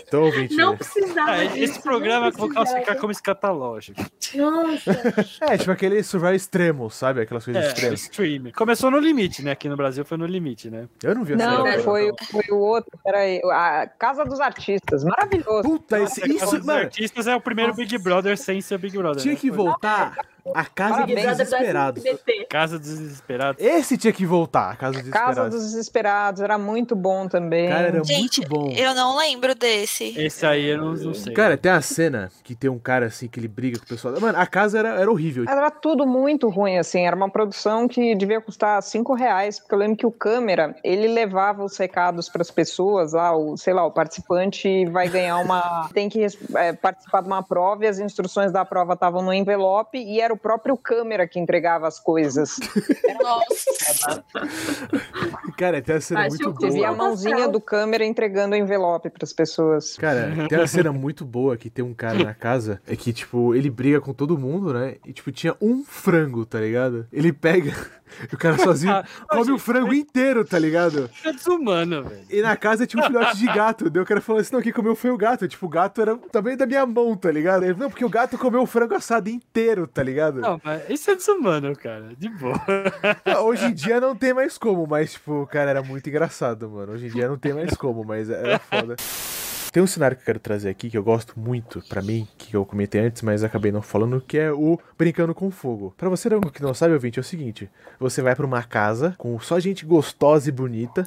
S2: Então, ouvinte,
S6: Não
S2: né?
S6: precisava.
S3: Ah,
S6: disso,
S3: esse
S6: não é
S3: programa eu vou
S6: precisava.
S3: classificar como escatológico.
S6: Nossa,
S2: É, tipo aquele survival extremo, sabe? Aquelas coisas
S3: É,
S2: extremas.
S3: stream. Começou no limite, né? Aqui no Brasil foi no limite, né?
S2: Eu não vi essa
S4: Não,
S2: novela.
S4: foi, foi o outro, peraí. A Casa dos Artistas, maravilhoso.
S2: Puta, esse,
S3: Essa Casa
S2: isso,
S3: dos
S2: mano, Ah.
S3: artistas é o primeiro Big Brother sem ser Big Brother.
S2: tinha
S3: né?
S2: que
S3: Foi
S2: voltar a Casa dos
S4: Parabéns,
S6: Brother do
S2: Desesperados.
S6: SBT.
S3: Casa dos Desesperados.
S2: Esse tinha que voltar, a Casa dos
S4: Casa
S2: Desesperados.
S4: dos Desesperados, era muito bom também.
S2: Cara, era
S5: Gente,
S2: muito bom.
S5: Eu não lembro desse.
S3: Esse aí eu não, não sei.
S2: Cara, tem a cena que tem um cara assim que ele briga com o pessoal. Mano, a casa era, era horrível.
S4: Era tudo muito ruim, assim. Era uma produção que devia custar cinco reais, porque eu lembro que o câmera, ele levava os recados para as pessoas lá, o, sei lá, o participante vai ganhar
S2: [laughs]
S4: uma. tem que é, participar de uma prova e as instruções da prova estavam no envelope e era o próprio câmera que entregava
S2: [laughs]
S4: as coisas.
S5: Nossa.
S2: Cara, tem a cena
S6: Acho
S2: muito
S6: que
S4: Você via a
S2: boa.
S6: devia-
S4: mãozinha do câmera entregando o envelope para as
S2: [laughs]
S4: pessoas.
S2: Cara, tem uma cena muito boa que tem um cara na casa é que, tipo, ele briga com todo mundo, né? E, tipo, tinha um frango, tá ligado? Ele pega [laughs] e o cara sozinho
S3: Ah,
S2: come
S3: gente,
S2: o frango inteiro, tá ligado?
S3: é desumano, velho.
S2: E na casa tinha um filhote de gato. Daí o cara falou assim: não, quem comeu foi o gato. Tipo, o gato era também da minha mão, tá ligado? Ele, não, porque o gato comeu o frango assado inteiro, tá ligado?
S3: Não, mas isso é desumano, cara. De boa.
S2: Ah, Hoje em dia não tem mais como, mas, tipo, cara, era muito engraçado, mano. Hoje em dia não tem mais como, mas é, era foda. Tem um cenário que eu quero trazer aqui, que eu gosto muito, pra mim, que eu comentei antes, mas acabei não falando, que é o Brincando com Fogo. Pra você não- que não sabe, ouvinte, é o seguinte: você vai pra uma casa com só gente gostosa e bonita.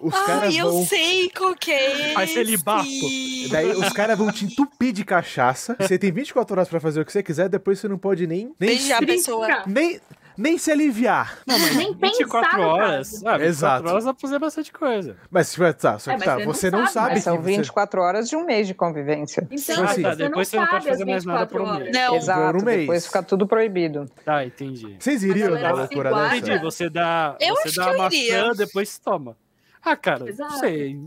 S2: Os caras
S5: Ai, eu
S2: vão.
S5: sei qual que é
S3: Faz celibato.
S5: esse.
S2: Daí os caras vão te entupir de cachaça. Você tem 24 horas pra fazer o que você quiser, depois você não pode nem. nem
S5: Beijar a pessoa.
S6: Brinca.
S2: nem, nem se aliviar.
S6: Nem pensar
S3: 24
S6: no
S3: horas.
S6: caso.
S3: Ah, 24
S2: Exato.
S3: horas dá pra fazer bastante coisa.
S2: Mas, tipo, tá, só
S6: É,
S2: que
S6: mas
S2: tá,
S6: você não
S2: você não
S6: sabe,
S2: sabe,
S4: Mas são
S2: que você-
S4: 24 horas de um mês de convivência.
S6: Então,
S2: Ah, tá,
S6: você não
S3: Tipo assim, depois você não pode
S6: sabe as
S3: fazer mais nada por um
S6: 24
S3: mês.
S6: horas.
S5: Não.
S4: Exato,
S2: um mês.
S4: depois fica tudo proibido.
S3: Tá, entendi.
S2: Vocês iriam
S6: galera
S2: na
S6: se
S2: loucura
S6: guarda.
S2: dessa?
S3: Entendi, você dá,
S5: Eu
S3: você
S5: acho
S3: dá
S5: que
S3: a
S5: eu
S3: maçã,
S5: iria.
S3: depois toma. Ah, cara, não
S6: Exato.
S3: sei.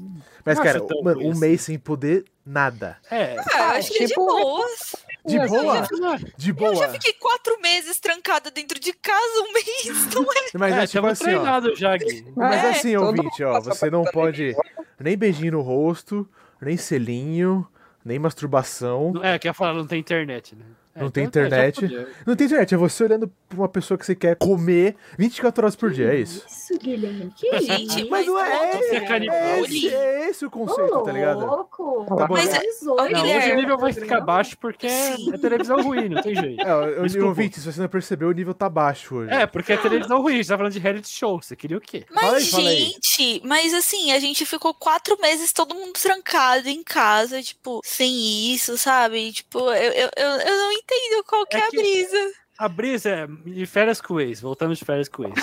S2: Mas,
S3: Não
S2: cara,
S3: acho tão
S2: mano,
S3: ruim
S2: um
S3: assim.
S2: mês sem poder nada.
S3: É. Ah,
S5: Ah, eu acho que é de
S4: tipo,
S5: boas.
S2: De
S4: Mas eu
S2: boa,
S4: já
S2: de
S5: Eu já
S2: boa.
S5: fiquei quatro meses trancada dentro de casa, um [laughs] mês. Não é
S2: Mas é,
S3: é,
S2: tipo
S3: tamo
S2: assim, ó.
S3: treinado já, Gui.
S2: Mas
S5: É,
S2: assim,
S4: todo
S2: ouvinte, ó,
S4: mundo passa
S2: você não
S4: por
S2: pode nem beijinho no rosto, nem selinho, nem masturbação.
S3: É, quer falar, não tem internet, né? É,
S2: Não tem
S3: então, é, já
S2: internet.
S3: fudeu.
S2: Não tem internet, é você olhando pra uma pessoa que você quer comer 24 horas por dia, é isso.
S6: Isso, Guilherme. Que
S5: Gente,
S6: isso?
S2: Mas não é,
S5: Você
S3: é
S2: é
S3: canibal.
S2: esse, é esse o conceito,
S6: Ô,
S2: tá ligado?
S6: louco.
S2: Tá bom,
S5: Mas
S2: né?
S5: Ô,
S3: Não, hoje o
S5: Guilherme.
S3: nível vai ficar baixo porque é é televisão ruim, não tem jeito.
S2: É, o- o
S3: Desculpa.
S2: ouvinte, se você não percebeu, o nível tá baixo hoje.
S3: [laughs] É, porque é televisão ruim, a gente tá falando de reality show, você queria o quê?
S2: Fala aí,
S5: Mas,
S2: fala aí.
S5: gente, mas assim, a gente ficou quatro meses todo mundo trancado em casa, tipo, sem isso, sabe? Tipo, eu, eu, eu, eu não entendo qual que é,
S3: É
S5: a
S3: que-
S5: brisa.
S3: A brisa é de férias com o ex, voltamos de férias com o ex.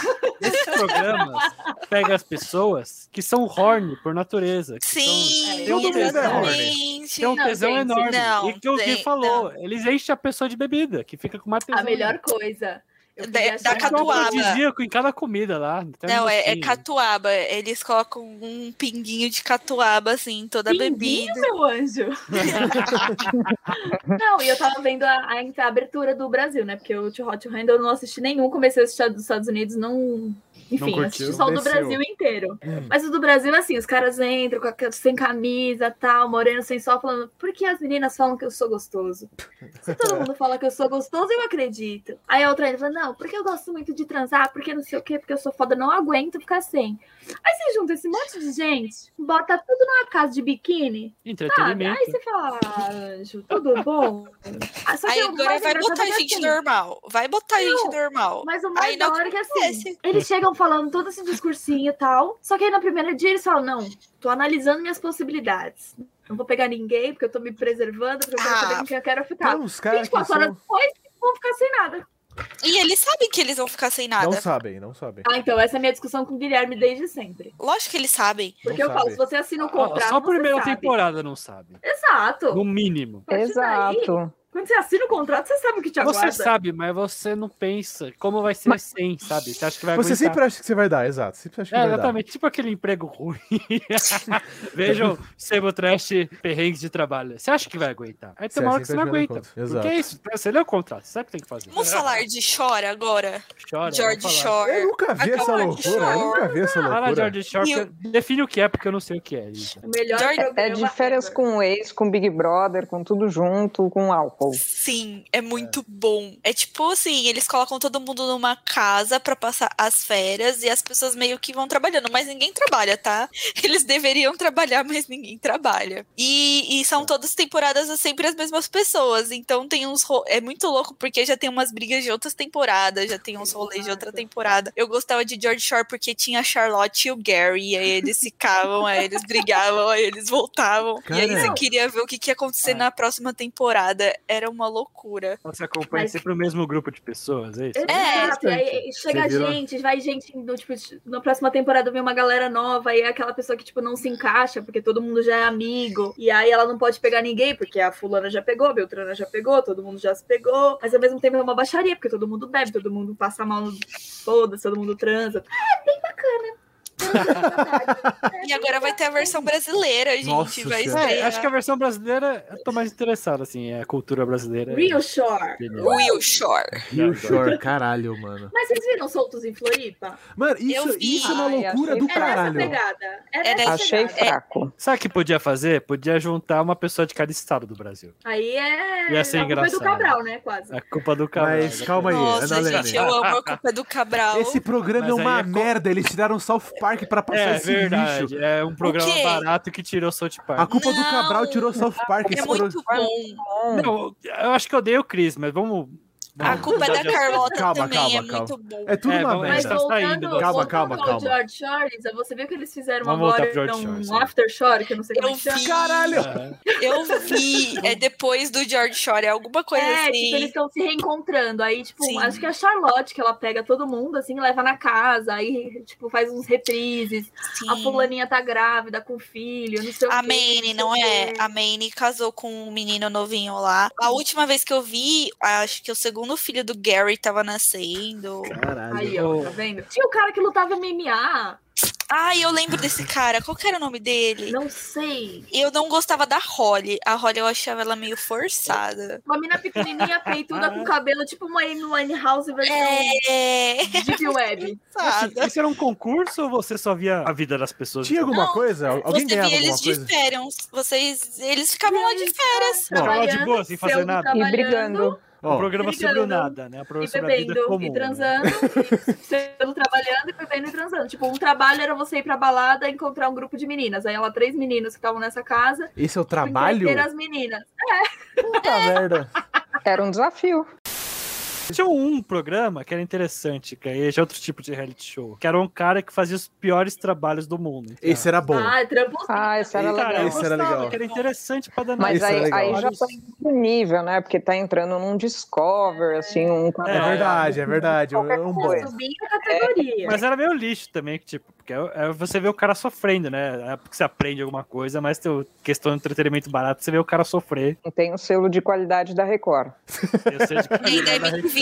S3: Esses
S6: [laughs]
S3: programas pegam as pessoas que são horny por natureza. que são-
S5: Sim,
S3: tem um tesão, né?
S5: exatamente.
S3: Que é um
S6: Não,
S3: tesão
S6: gente,
S3: enorme.
S5: não,
S3: e que o Gui
S5: tem-
S3: falou, eles enchem a pessoa de bebida, que fica com mais tesão.
S6: A melhor coisa. Eu
S5: Da-
S6: queria
S5: da
S6: achar-
S3: é um
S5: catuaba.
S3: afrodisíaco em cada comida lá. até no
S5: Não, é, é
S3: docinho.
S5: catuaba. Eles colocam um pinguinho de catuaba, assim, em toda a
S6: Pinguinho,
S5: bebida.
S6: meu anjo. não, e eu tava vendo a, a- a abertura do Brasil, né? Porque o Too Hot to Handle eu não assisti nenhum, comecei a assistir a dos Estados Unidos, não. Enfim,
S2: curtiu,
S6: assisti só o do
S2: desceu. É.
S6: Brasil inteiro. Mas o do Brasil, assim, os caras entram com aquela- sem camisa, tal, moreno sem sol, falando, por que as meninas falam que eu sou gostoso? Se todo mundo fala que eu sou gostoso, eu acredito. Aí a outra ainda fala, não, porque eu gosto muito de transar, porque não sei o quê, porque eu sou foda, não aguento ficar sem. Aí você junta esse monte de gente, bota tudo numa casa de biquíni, sabe? Aí
S3: Entretenimento.
S6: você fala, ah, anjo, tudo bom? Ah, só que
S5: Aí
S6: o
S5: agora
S6: mais
S5: vai
S6: engraçado
S5: botar
S6: é que
S5: gente
S6: assim,
S5: normal. Vai botar gente
S6: Não,
S5: normal.
S6: Mas o
S5: Aí
S6: mais
S5: não
S6: da hora é que assim,
S5: acontece.
S6: eles chegam falando todo esse discursinho e tal, só que aí no primeiro dia eles falam, não, tô analisando minhas possibilidades. Não vou pegar ninguém, porque eu tô me preservando, porque eu quero
S5: Ah,
S6: saber com quem eu quero ficar.
S2: Tem uns Então, caras que
S6: 24 horas
S2: são...
S6: depois, vão ficar sem nada.
S5: E eles sabem que eles vão ficar sem
S2: não
S5: nada.
S2: sabem, não sabem.
S6: Ah, então, essa é a minha discussão com o Guilherme desde sempre.
S5: Lógio que eles sabem.
S6: Porque eu
S2: sabe.
S6: falo, se você assina o
S3: Ó,
S6: contrato,
S3: Ah, Só a primeira
S6: você sabe.
S3: temporada não sabe.
S6: Exato.
S3: No mínimo.
S6: A partir daí,
S4: Exato.
S6: Quando você assina o contrato, você sabe o que te aguarda.
S3: Você sabe, mas você não pensa como vai ser sem, sabe? Você acha que vai
S2: Você
S3: aguentar.
S2: sempre acha que você vai dar, exato. Sempre acha que
S3: É,
S2: vai dar.
S3: exatamente. Tipo aquele emprego ruim. [laughs] Vejam, Sebo Trash, perrengues de trabalho. Você acha que vai aguentar? Aí tem
S2: Você
S3: uma
S2: acha
S3: hora que
S2: que
S3: você não
S2: vai
S3: aguenta.
S2: aguentar. Exato.
S3: Porque é isso. Você lê o contrato, você sabe o que tem que fazer.
S5: Vamos falar de Chora agora?
S3: Chora.
S5: George
S3: vamos falar.
S5: Shore.
S2: Eu nunca vi essa
S5: Acabou de
S2: loucura, eu
S5: chorar.
S2: nunca vi essa
S3: Fala
S2: loucura.
S3: George Shore,
S5: E o-
S3: porque- define o que é, porque eu não sei o que é. Isa.
S6: O melhor
S5: Jordan,
S6: programa
S4: É de férias
S6: ever.
S4: com o ex, com Big Brother, com tudo junto, com álcool.
S5: Sim, é muito bom. É tipo assim, eles colocam todo mundo numa casa pra passar as férias e as pessoas meio que vão trabalhando, mas ninguém trabalha, tá? Eles deveriam trabalhar, mas ninguém trabalha. E, e
S2: É.
S5: são todas temporadas sempre as mesmas pessoas, então tem uns ro- é muito louco porque já tem umas brigas de outras temporadas, já tem uns rolês de outra temporada. Eu gostava de George Shore porque tinha a Charlotte e o Gary, e aí eles ficavam, aí eles brigavam, aí eles voltavam. E aí
S2: Cara. É.
S5: você queria ver o que, que ia acontecer na próxima temporada. Era uma loucura.
S3: Você acompanha
S6: Mas-
S3: sempre o mesmo grupo de pessoas, é isso?
S6: Exato, e aí chega
S2: Você vira-
S6: gente, vai gente, no, tipo, na próxima temporada vem uma galera nova, e é aquela pessoa que, tipo, não se encaixa, porque todo mundo já é amigo, e aí ela não pode pegar ninguém, porque a fulana já pegou, a Beltrana já pegou, todo mundo já se pegou, mas ao mesmo tempo é uma baixaria, porque todo mundo bebe, todo mundo passa mal no todas, todo mundo transa. Ah, é
S5: E agora vai ter a versão brasileira, gente.
S2: Nossa Senhora.
S5: vai estrear.
S3: É, acho que a versão brasileira eu tô mais interessado, assim, é a cultura brasileira.
S6: [laughs] Real Shore.
S5: Will Shore.
S2: Rio Shore, caralho, mano.
S6: Mas vocês viram Soltos em Floripa?
S2: Mano,
S5: Eu
S2: isso,
S5: vi.
S2: isso é uma
S4: Ai,
S2: loucura
S4: achei
S2: do
S6: É
S4: fraco.
S2: caralho.
S6: nessa pegada. É
S5: É
S6: nessa
S4: Achei
S6: pegada.
S4: fraco.
S3: Sabe o que podia fazer? Podia juntar uma pessoa de cada estado do Brasil.
S6: Aí é.
S3: Ia ser
S6: a culpa é do
S3: engraçado.
S6: Cabral, né? Quase.
S3: A culpa do Cabral.
S2: Mas calma aí,
S5: Nossa,
S2: Ana
S5: gente, eu amo a culpa do Cabral.
S2: Esse programa
S3: Mas
S2: é uma
S3: aí é co-
S2: merda, eles tiraram South Park pra passar
S3: É
S2: esse
S3: verdade,
S2: lixo.
S3: é um programa
S5: O quê?
S3: barato que tirou South
S2: A
S3: Park.
S2: culpa do
S5: Não.
S2: Cabral tirou South Park.
S5: É
S2: esse
S5: muito
S2: pro-
S5: bom.
S3: Não, eu acho que eu dei o Chris, mas vamos...
S5: A
S3: vamos
S5: culpa é
S3: mudar de
S5: da Carlota
S2: Calma,
S5: também,
S2: calma,
S5: é
S2: calma.
S5: muito bom.
S2: É tudo
S3: É,
S2: uma
S3: vamos
S6: Mas
S3: Tá
S2: merda.
S3: saindo
S6: voltando,
S3: agora.
S2: Calma,
S6: voltando
S2: calma,
S6: ao
S2: calma.
S6: George Shore, Lisa, você viu que eles fizeram
S3: Vamos voltar
S6: agora
S3: pro George
S6: um
S3: Shore, sim.
S6: aftershore, que eu não sei como
S5: Eu
S6: é que chama.
S5: vi.
S2: Caralho!
S3: assunto.
S5: Eu vi. É depois do George Shore, é alguma coisa
S6: É,
S5: assim.
S6: tipo, eles estão se reencontrando. Aí, tipo,
S5: Sim.
S6: acho que é a Charlotte que ela pega todo mundo, assim, leva na casa, aí, tipo, faz uns reprises.
S5: Sim.
S6: A fulaninha tá grávida com filho, não sei o
S5: A
S6: quê,
S5: Maine,
S6: sei
S5: não
S6: o
S5: é?
S6: quê.
S5: A Maine casou com um menino novinho lá. A última vez que eu vi, acho que o segundo filho do Gary tava nascendo.
S2: Caralho.
S6: Aí, ó, tá vendo? Tinha o cara que lutava MMA,
S5: Ai, eu lembro desse cara. Qual que era o nome dele?
S6: não sei.
S5: Eu não gostava da Holly. A Holly eu achava ela meio forçada.
S6: Uma mina pequenininha, peituda, com cabelo, tipo uma Amy Winehouse versão
S5: É,
S6: Deep Web.
S5: forçada.
S3: Isso era um concurso ou você só via a vida das pessoas?
S2: Tinha alguma
S5: Não,
S2: coisa? Al- Alguém
S5: Você
S2: ganhava
S5: via eles
S2: alguma
S5: de
S2: coisa?
S5: férias. Vocês, eles ficavam lá de férias.
S3: Ficava de boa, sem fazer
S6: pseudo
S3: nada. E
S6: trabalhando,
S4: brigando.
S3: O
S2: Ó,
S3: Um programa sobre o
S6: brigando,
S3: nada, né? O
S6: E
S3: programa sobre a vida
S6: bebendo,
S3: comum. né?
S6: e transando, e sendo trabalhando, e bebendo e transando. Tipo, um trabalho era você ir pra balada e encontrar um grupo de meninas. Aí ela, três meninos que estavam nessa casa,
S2: esse é o
S6: tipo,
S2: trabalho?
S6: entreter as meninas.
S2: Puta merda.
S4: Era um desafio.
S3: Tinha um programa que era interessante, que aí já é outro tipo de reality show, que era um cara que fazia os piores trabalhos do mundo.
S2: Esse era bom.
S6: Ah, trampo
S4: Ah, isso era
S2: Eita,
S3: cara,
S4: legal.
S3: eu
S2: Esse era
S3: gostava,
S2: legal.
S3: que era interessante pra danar.
S4: Mas
S2: Isso é
S4: aí,
S2: legal.
S4: aí já tá em outro nível, né? Porque tá entrando num Discover, assim,
S3: Ah,
S4: um
S2: É,
S4: canal.
S2: verdade, é verdade. É um-
S4: Qualquer
S2: é um bom.
S4: coisa.
S6: subir a categoria.
S3: Mas era meio lixo também, que, tipo, porque é- é você vê o cara sofrendo, né? É porque você aprende alguma coisa, mas tem o- questão de entretenimento barato, você vê o cara sofrer.
S2: É.
S4: Não Tem o selo de qualidade da Record.
S3: Eu sei
S5: [laughs]
S3: de né?
S5: Nem da MTV.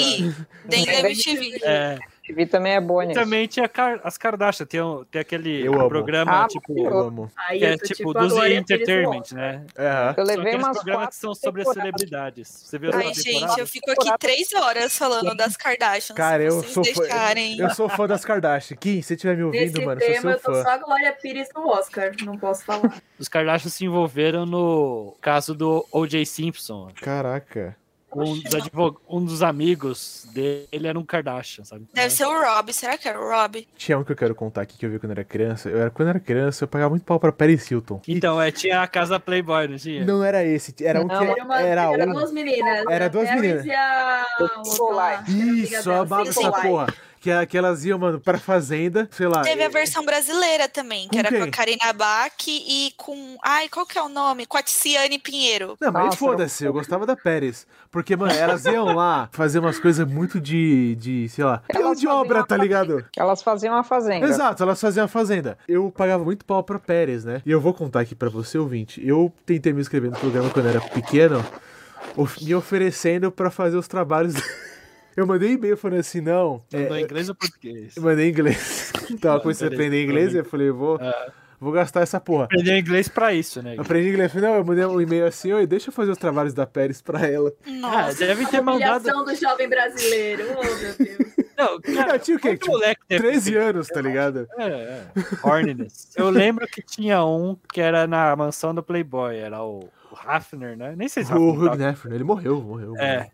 S5: Nem da MTV.
S3: É,
S4: TV também é boa
S3: e
S4: nisso.
S3: também tinha Kar- as Kardashian, tem, o- tem aquele
S2: Eu amo.
S3: programa,
S4: Ah,
S3: tipo,
S2: Eu amo.
S6: Aí
S3: que é
S6: eu tô,
S3: tipo,
S6: agora
S3: dos
S6: eles
S3: Entertainment,
S6: vão.
S3: né?
S2: É.
S4: Eu
S3: São
S4: levei
S3: aqueles
S4: umas
S3: programas que
S4: quatro.
S3: são sobre
S4: temporadas.
S3: celebridades. Você viu as
S5: Ai,
S3: duas
S5: gente,
S3: temporadas?
S5: eu fico aqui três horas falando das
S6: Então,
S5: Kardashians. tipo assim.
S2: Cara,
S5: se
S2: eu
S5: vocês
S2: sou fã.
S5: deixarem.
S2: Eu sou fã das Kardashian. Kim, se você estiver me ouvindo,
S6: Nesse
S2: mano, sou
S6: tema,
S2: seu
S6: eu tô
S2: fã.
S6: só a Glória Pires no Oscar, não posso falar.
S3: Os Kardashians se envolveram no caso do O.J. Simpson.
S2: Caraca.
S3: Um dos, advog- um dos amigos dele era um Kardashian, sabe?
S5: Deve ser o Rob. Será que era o Rob?
S2: Tinha um que eu quero contar aqui que eu vi quando eu era criança. Eu era, quando eu era criança, eu pagava muito pau pra Paris Hilton. E
S3: Então, é, tinha a casa Playboy, não tinha?
S2: não era esse, era um
S4: Não,
S2: que
S6: Era, uma-
S2: era
S6: era
S2: um.
S6: duas meninas.
S2: Era
S6: a
S2: duas
S6: Paris
S2: meninas.
S6: E a... outra lá.
S2: Isso, a
S6: Amiga dela,
S2: bagunça,
S6: Simple
S2: porra. Que, ela- que elas iam, mano, pra fazenda, sei lá.
S5: Teve a
S2: eh,
S5: versão brasileira também, que
S2: Com
S5: era com a
S2: quem?
S5: Karina Bach e com. Ai, qual que é o nome? Com a Tiziane Pinheiro.
S2: Não, mas
S4: Nossa,
S2: foda-se, eu gostava da Pérez. Porque, mano, elas iam lá fazer umas coisas muito de, de, sei lá, peão
S4: Elas
S2: de
S4: faziam
S2: obra,
S4: uma
S2: tá ligado?
S4: Elas faziam a fazenda.
S2: Exato, elas faziam a fazenda. Eu pagava muito pau pra Pérez, né? E eu vou contar aqui pra você, ouvinte. Eu tentei me inscrever no programa quando eu era pequeno. of- me oferecendo pra fazer os trabalhos. [laughs] Eu mandei e-mail falando assim, não. é,
S3: Mandou em inglês ou português?
S2: eu mandei em inglês. [laughs] Tava com isso de
S3: Beleza,
S2: aprender inglês,
S3: tudo
S2: eu falei, eu vou,
S3: Ah.
S2: vou gastar essa porra.
S3: Aprendeu inglês pra isso, né?
S2: Aprendi inglês, falei, não, eu mandei um e-mail assim, oi, deixa eu fazer os trabalhos da Pérez pra ela.
S3: Ah,
S5: Nossa.
S3: devem ter
S6: A
S3: mandado.
S6: humilhação do jovem brasileiro. Oh, meu
S2: [laughs]
S6: Deus.
S3: Não, cara,
S2: Eu tinha o quê?
S3: muito
S2: Tipo,
S3: moleque deve ter
S2: 13 anos, tá ligado?
S3: É, é. Horniness. Eu lembro que tinha um que era na mansão do Playboy, era o o Hafner, né? Nem sei se
S2: O
S3: Hafner
S2: Hugh
S3: tava-
S2: Hefner, ele morreu, morreu.
S3: É.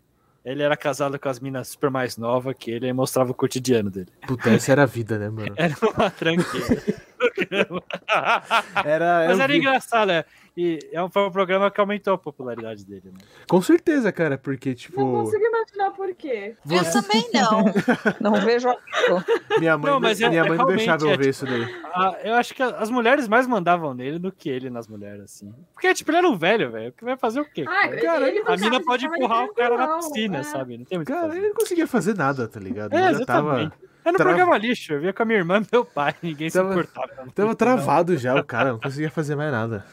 S3: Ele era casado com as minas super mais novas que ele e mostrava o cotidiano dele. [laughs]
S2: Puta, essa era a vida, né, mano?
S3: Era uma tranqueira.
S2: [laughs] Era,
S3: Mas
S2: era
S3: era
S2: vi-
S3: engraçado, né? E é um, foi um programa que aumentou a popularidade dele, né?
S2: Com certeza, cara, porque,
S6: Não
S2: tipo,
S6: consigo imaginar por quê.
S5: Eu também não.
S3: [laughs]
S4: Não vejo a
S2: minha mãe
S3: Não,
S2: não,
S3: mas é-
S2: minha
S3: é
S2: mãe não deixava eu
S3: realmente,
S2: ver
S3: é,
S2: isso daí.
S3: Ah, eu acho que a- as mulheres mais mandavam nele do que ele nas mulheres, assim. Porque, tipo, ele era um velho, velho. que vai fazer o quê?
S6: Ah, ele- ele não
S3: a mina
S6: sabe,
S3: pode
S6: ele
S3: empurrar
S6: tava
S3: o cara na
S6: tranquilão,
S3: piscina,
S6: é.
S3: sabe? Não tem muito o que
S2: Cara,
S3: fazer.
S2: ele não conseguia fazer nada, tá ligado?
S3: É,
S2: Ele já tava,
S3: exatamente. Era um
S2: trava-
S3: programa lixo, eu via com a minha irmã e meu pai, [laughs] ninguém se
S2: Tava-
S3: importava.
S2: tava travado já, o cara, não conseguia fazer mais nada.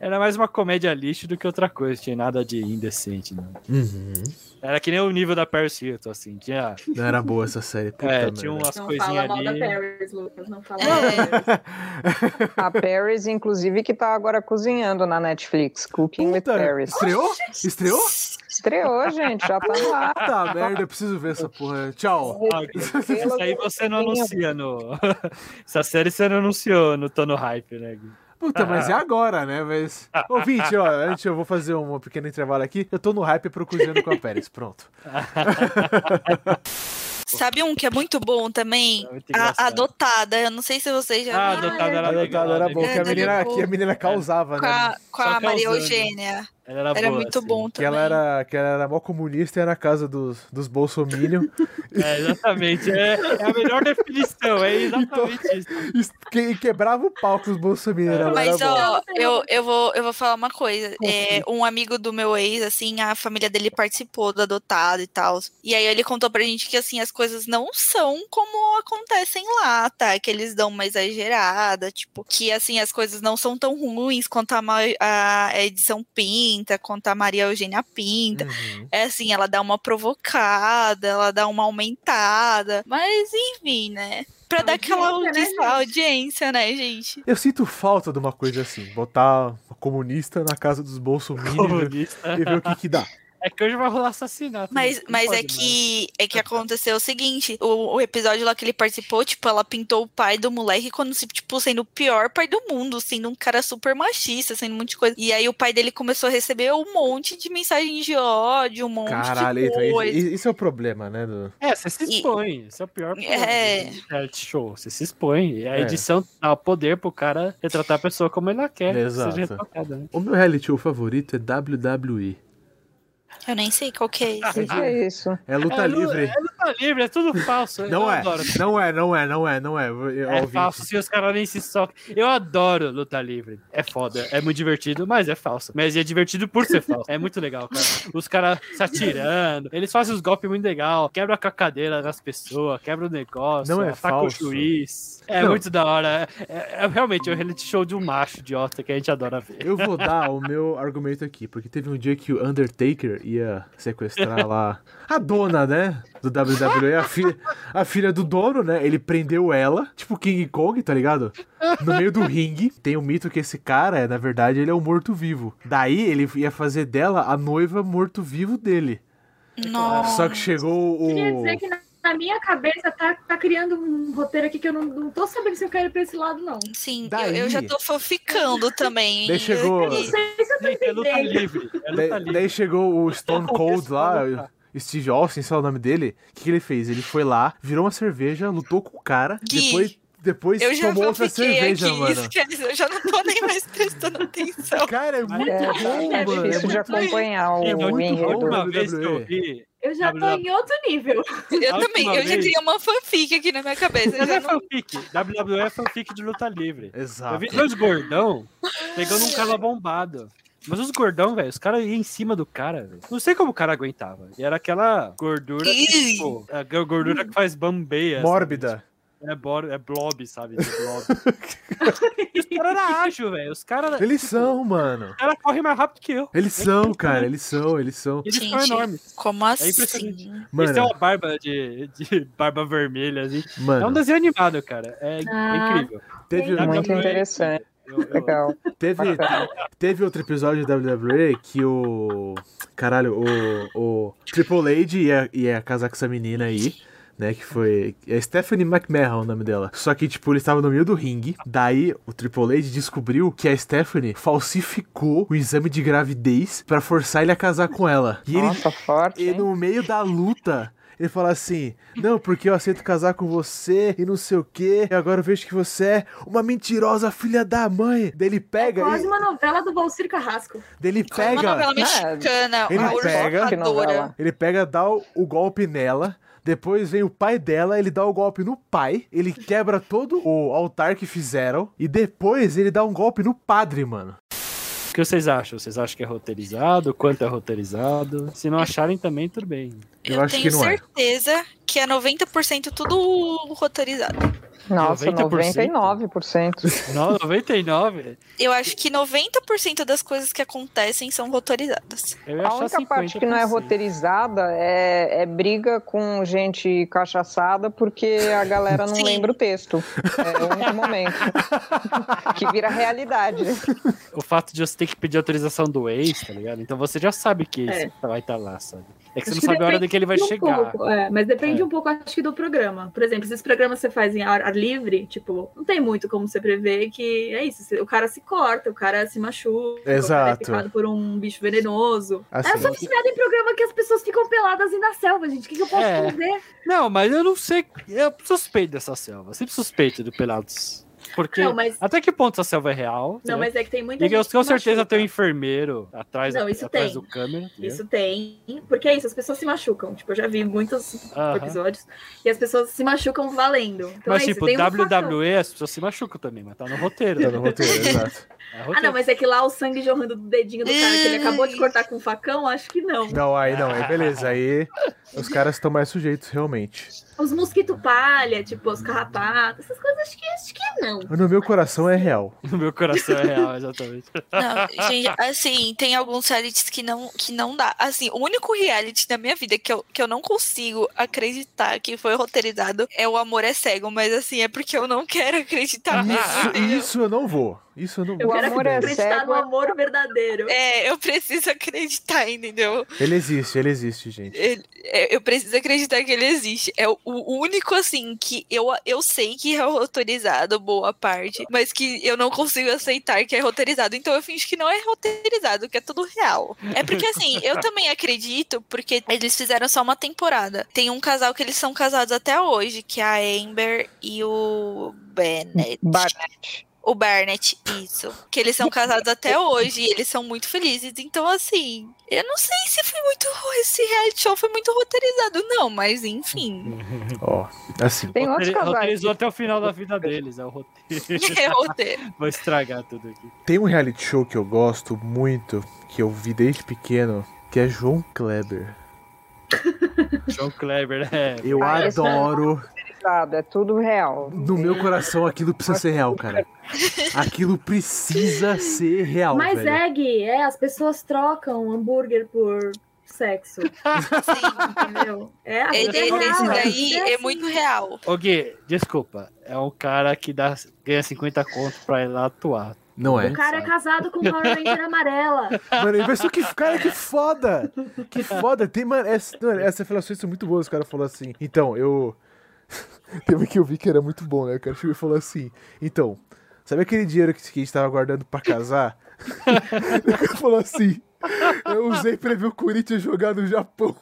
S3: Era mais uma comédia lixo do que outra coisa, tinha nada de indecente, não.
S2: Uhum.
S3: Era que nem o nível da Paris Hilton, assim, tinha,
S2: Não era boa essa série, puta
S3: é,
S2: merda.
S3: tinha umas
S6: Não fala
S3: coisinhas
S6: mal da
S3: ali.
S6: Paris, Lucas. Não fala
S5: É.
S6: mal da Paris.
S4: A Paris, inclusive, que tá agora cozinhando na Netflix. Cooking with
S2: Puta,
S4: Paris.
S2: estreou? Estreou?
S4: Estreou, gente, já tá lá.
S2: Puta merda, eu preciso ver essa porra. Tchau.
S3: Ah, Isso aí você não anuncia no. [laughs] Essa série você não anunciou no Tô no Hype, né? Gui?
S2: Puta, mas é agora, né? Mas. Ouvinte, ó, antes eu vou fazer um pequeno intervalo aqui. Eu tô no hype pro Cozinhando com a Pérez, pronto.
S5: Sabe um que é muito bom também?
S3: É muito
S5: A,
S3: engraçado.
S5: adotada. Eu não sei se vocês
S3: Ah,
S5: já viram.
S3: adotada era legal.
S2: Adotado era bom,
S5: né?
S2: que a menina, que a menina causava,
S5: com
S2: né?
S5: a, com
S3: Só
S5: a Maria
S3: causando.
S5: Eugênia.
S3: Ela era,
S5: Era
S3: boa,
S5: muito
S3: assim.
S5: bom
S2: Que
S5: também.
S2: ela era, que ela era mó comunista e era na casa dos, dos bolsominion.
S3: É, exatamente. É, é a melhor definição, é exatamente
S2: [laughs]
S3: [laughs] isso. É,
S2: e que- e quebrava o pau com os bolsominion. né? Era, Uhum.
S5: Mas,
S2: era bom. Hum.
S5: ó, eu, eu, vou, eu vou falar uma coisa. É, um amigo do meu ex, assim, a família dele participou do adotado e tal. E aí ele contou pra gente que, assim, as coisas não são como acontecem lá, tá? Que eles dão uma exagerada, tipo, que, assim, as coisas não são tão ruins quanto a, Ma- a edição pinta, quanto a Maria Eugênia pinta.
S3: então-
S2: Uhum.
S5: É assim, ela dá uma provocada, ela dá uma aumentada. Mas, enfim, né? Pra dar aquela
S6: Audiência, né,
S5: audi- audiência, né, gente?
S2: Eu sinto falta de uma coisa assim, botar o comunista na casa dos bolsominion
S3: Comunista.
S2: e ver o que que
S3: [laughs]
S2: dá.
S3: É que hoje vai rolar assassinato.
S5: Mas,
S3: não
S5: mas
S3: pode
S5: é
S3: né? mais.
S5: que é que aconteceu o seguinte: o, o episódio lá que ele participou, tipo, ela pintou o pai do moleque quando, se- tipo, sendo o pior pai do mundo, sendo um cara super machista, sendo um monte de coisa. E aí o pai dele começou a receber um monte de mensagem de ódio, um monte
S2: Caralho,
S5: de
S2: então,
S5: coisa.
S2: i- isso é o problema, né? do-
S3: É, você se
S5: E-
S3: expõe. Isso é o pior problema
S5: É.
S3: do reality show. Você se expõe. E a
S2: É.
S3: edição dá o poder pro cara retratar a pessoa como ele quer. que
S2: Exato.
S3: Seja retratada, né?
S2: O meu reality show favorito é WWE.
S5: Eu nem sei qual que é isso.
S4: O que, que é isso?
S2: É luta
S3: é, lu-
S2: livre.
S3: É luta livre, é tudo falso.
S2: Não
S3: eu
S2: é,
S3: Adoro.
S2: não é, não é, não é, não é. Eu-
S3: É
S2: ouvintes.
S3: falso, se os caras nem se socam. Eu adoro luta livre. É foda, é muito divertido, mas é falso. Mas é divertido por ser falso. É muito legal, cara. Os caras se atirando, eles fazem os golpes muito legal, quebra com a cadeira das pessoas, quebra o negócio,
S2: Não é
S3: ataca
S2: falso.
S3: o juiz. É
S2: Não.
S3: muito da hora. É, é- é realmente um reality show de um macho idiota que a gente adora ver.
S2: Eu vou dar o meu argumento aqui, porque teve um dia que o Undertaker ia sequestrar lá a dona, né? Do WWE, a filha, a filha do dono, né? Ele prendeu ela, tipo King Kong, tá ligado? No meio do ringue. Tem o mito que esse cara, na verdade, ele é um morto-vivo. Daí ele ia fazer dela a noiva morto-vivo dele. [laughs]
S5: Nossa.
S2: Só que chegou o.
S6: Queria dizer que na, na minha cabeça tá, tá criando um roteiro aqui que eu não, não tô sabendo se eu quero ir pra esse lado, não.
S5: Sim, eu-
S2: Daí-
S5: eu, já tô fanficando também.
S2: Daí chegou-
S6: Não
S5: E-
S6: sei se eu tô
S3: Gente, é luta
S6: entendendo.
S3: livre. É luta
S2: Daí,
S3: livre.
S2: daí chegou o Stone Cold lá, Steve Austin, sei lá o nome dele. O que, que ele fez? Ele foi lá, virou uma cerveja, lutou com o cara,
S5: Gui,
S2: depois, depois
S5: Eu já
S2: tomou outra
S5: fanfiquei
S2: cerveja,
S5: aqui,
S2: mano.
S5: isso quer dizer, eu já não tô nem mais
S2: [laughs]
S5: prestando atenção.
S2: Cara, é muito bom,
S4: É, é
S2: mano. É
S4: difícil
S2: muito...
S4: de acompanhar o,
S3: Gente, a
S2: muito
S3: última- a
S4: um enredo.
S2: bom.
S3: última vez que eu vi.
S6: Eu já tô em outro nível.
S5: Eu
S3: A
S5: também,
S3: última
S5: eu já
S3: vez-
S5: criei uma fanfic aqui na minha cabeça. eu
S2: [laughs]
S3: Mas
S5: já
S3: é
S5: não-
S3: fanfic. WWE é fanfic de luta livre. Eu
S2: Exato.
S3: vi dois gordão pegando um cara bombado. Mas os gordão, velho, os caras iam em cima do cara, velho. Não sei como o cara aguentava. E era aquela gordura que,
S5: Ih.
S3: tipo, a gordura que faz bambeia. sabe?
S2: Mórbida.
S3: É, bor- é blob, sabe?
S2: [laughs]
S3: É blob. os caras era ágil, velho. Os caras
S2: Eles são, mano.
S3: cara correm mais rápido que eu.
S2: Eles são, cara, eles são, eles são.
S3: Eles são
S5: Gente,
S3: enormes.
S5: Como
S3: É impressionante.
S5: assim?
S3: Eles têm
S2: Mano,
S3: uma barba de, de barba vermelha, assim. É um
S2: mano,
S3: desenho animado, cara. É, é
S6: Ah.
S3: incrível.
S2: teve,
S6: Dá
S4: Muito
S3: pra ver.
S4: interessante,
S3: Eu- eu-
S4: legal.
S2: teve, teve outro episódio de WWE que o. Caralho, o. O Triple H e a, e a casaca essa menina aí. Né, que foi. É Stephanie McMahon o nome dela. Só que, tipo, eles estavam no meio do ringue. Daí o Triple H descobriu que a Stephanie falsificou o exame de gravidez pra forçar ele a casar com ela. E ele
S4: Nossa, forte.
S2: E
S4: hein?
S2: no meio da luta, ele fala assim: Não, porque eu aceito casar com você e não sei o quê. E agora eu vejo que você é uma mentirosa filha da mãe. Daí ele pega,
S6: É Quase
S2: e-
S6: uma novela do Valcir Carrasco.
S2: daí ele
S5: Como uma
S2: pega,
S5: novela mexicana,
S2: ele
S5: uma
S2: pega-
S4: Que
S5: usurpadora.
S4: novela.
S2: ele pega, dá o, o golpe nela. Depois vem o pai dela, ele dá o golpe no pai, ele quebra todo o altar que fizeram, e depois ele dá um golpe no padre, mano.
S3: O que vocês acham? Vocês acham que é roteirizado? Quanto é roteirizado? Se não acharem também, tudo bem.
S2: Eu
S5: Eu,
S2: acho que
S5: tenho
S2: não é.
S5: certeza que é 90% tudo roteirizado.
S4: Nossa,
S3: 90%?
S4: 99%.
S3: Não, 99?
S5: Eu acho que 90% das coisas que acontecem são roteirizadas.
S3: Eu ia
S4: A
S3: achar
S4: única
S3: 50,
S4: parte que não é
S3: eu pensei.
S4: roteirizada é, é briga com gente cachaçada porque a galera não
S5: Sim.
S4: lembra o texto. É o único momento
S2: [laughs]
S4: que vira realidade.
S3: O fato de você ter que pedir autorização do ex, tá ligado? Então você já sabe que
S6: É.
S3: isso vai estar lá, sabe? É que você
S6: Acho
S3: não
S6: que
S3: sabe a hora
S6: depende
S3: de que ele vai
S6: um
S3: chegar.
S6: pouco, é, mas depende
S3: É.
S6: um pouco, acho que, do programa. Por exemplo, esses programas que você faz em ar, ar livre, tipo, não tem muito como você prever que é isso. O cara se corta, o cara se machuca, o cara é
S2: Exato.
S6: picado por um bicho venenoso.
S2: Assim,
S6: É, eu sou viciada em programa que as pessoas ficam peladas assim na selva, gente. O que, que eu posso
S3: É.
S6: fazer?
S3: Não, mas eu não sei. Eu suspeito dessa selva. Sempre suspeito do Pelados. Porque.
S6: Não, mas,
S3: Até que ponto essa selva é real?
S6: não,
S3: né?
S6: mas é que tem muita
S3: E eu,
S6: gente
S3: com
S6: que
S3: certeza
S6: machuca.
S3: tem um enfermeiro atrás,
S6: Não, isso
S3: atrás
S6: tem.
S3: do câmera. né?
S6: Isso tem, porque é isso, as pessoas se machucam. Tipo, eu já vi muitos
S3: Aham.
S6: episódios e as pessoas se machucam valendo. Então,
S3: mas,
S6: é isso,
S3: tipo,
S6: tem um fator.
S3: WWE, as pessoas se machucam também, mas tá no roteiro.
S2: tá no
S3: [laughs]
S2: roteiro, exato.
S3: É
S6: Ah, não,
S3: roteiro.
S6: mas é que lá o sangue jorrando do dedinho do cara que ele acabou de cortar com um facão, acho que não.
S2: Não, aí não, aí beleza, aí os caras estão mais sujeitos, realmente.
S6: Os mosquito palha, tipo, os carrapatos, essas coisas, acho que, acho que não.
S2: No meu coração é real.
S3: No [laughs] meu coração é real, exatamente.
S5: Não, gente, assim, tem alguns realities que não, que não dá. Assim, o único reality da minha vida que eu, que eu não consigo acreditar que foi roteirizado é o Amor é Cego, mas assim, é porque eu não quero acreditar [laughs]
S2: Isso,
S5: nisso.
S2: isso eu não vou. Isso eu não
S6: Eu
S2: vou.
S4: O
S6: quero
S4: amor é
S6: acreditar
S4: cego,
S6: no
S4: é-
S6: amor verdadeiro.
S5: É, eu preciso acreditar, entendeu?
S2: Ele existe, ele existe, gente.
S5: Ele- é, eu preciso acreditar que ele existe. É o o único, assim, que eu, eu sei que é roteirizado, boa parte, mas que eu não consigo aceitar que é roteirizado. Então eu finjo que não é roteirizado, que é tudo real. É porque, assim, eu também acredito, porque eles fizeram só uma temporada. Tem um casal que eles são casados até hoje, que é a Amber e o Bennett.
S4: Barnett.
S5: O Barnett, isso. Que
S3: [laughs]
S5: eles são casados até hoje e eles são muito felizes. Então, assim, eu não sei se foi muito. ro- Esse reality show foi muito roteirizado, não, mas enfim.
S3: Hum.
S2: Ó, assim.
S4: Tem outros
S3: Ele
S4: casais.
S3: roteirizou até o final da vida deles, é o roteiro.
S5: [laughs] É roteiro.
S3: Vou estragar tudo aqui.
S2: Tem um reality show que eu gosto muito, que eu vi desde pequeno, que é João Kleber.
S3: João Kleber, né?
S2: Eu
S4: Ah, esse
S2: adoro.
S4: É tudo real.
S2: No meu coração, aquilo precisa ser real,
S6: [laughs]
S2: cara. Aquilo precisa ser real,
S6: Mas
S2: velho.
S6: é, Gui, é, as pessoas trocam hambúrguer por sexo, [laughs]
S5: Sim.
S6: entendeu? É, a
S5: Ele,
S6: vida é
S5: esse
S6: real,
S5: daí
S6: é
S5: é
S6: assim.
S5: muito real.
S3: Ô Gui, desculpa. É um cara que dá, ganha 50 conto pra ir lá atuar.
S2: Não é.
S6: O cara é casado com uma Ranger amarela.
S2: Mano, ele pensou que cara, que foda! Que foda! Tem, mano, essa, mano, essas relações são muito boas. O cara falou assim. Então, eu. [laughs] Teve que eu vi que era muito bom, né? O cara chegou e falou assim. Então, sabe aquele dinheiro que que a gente tava guardando pra casar? [laughs] o cara falou assim. Eu usei pra ver o Corinthians jogar no Japão.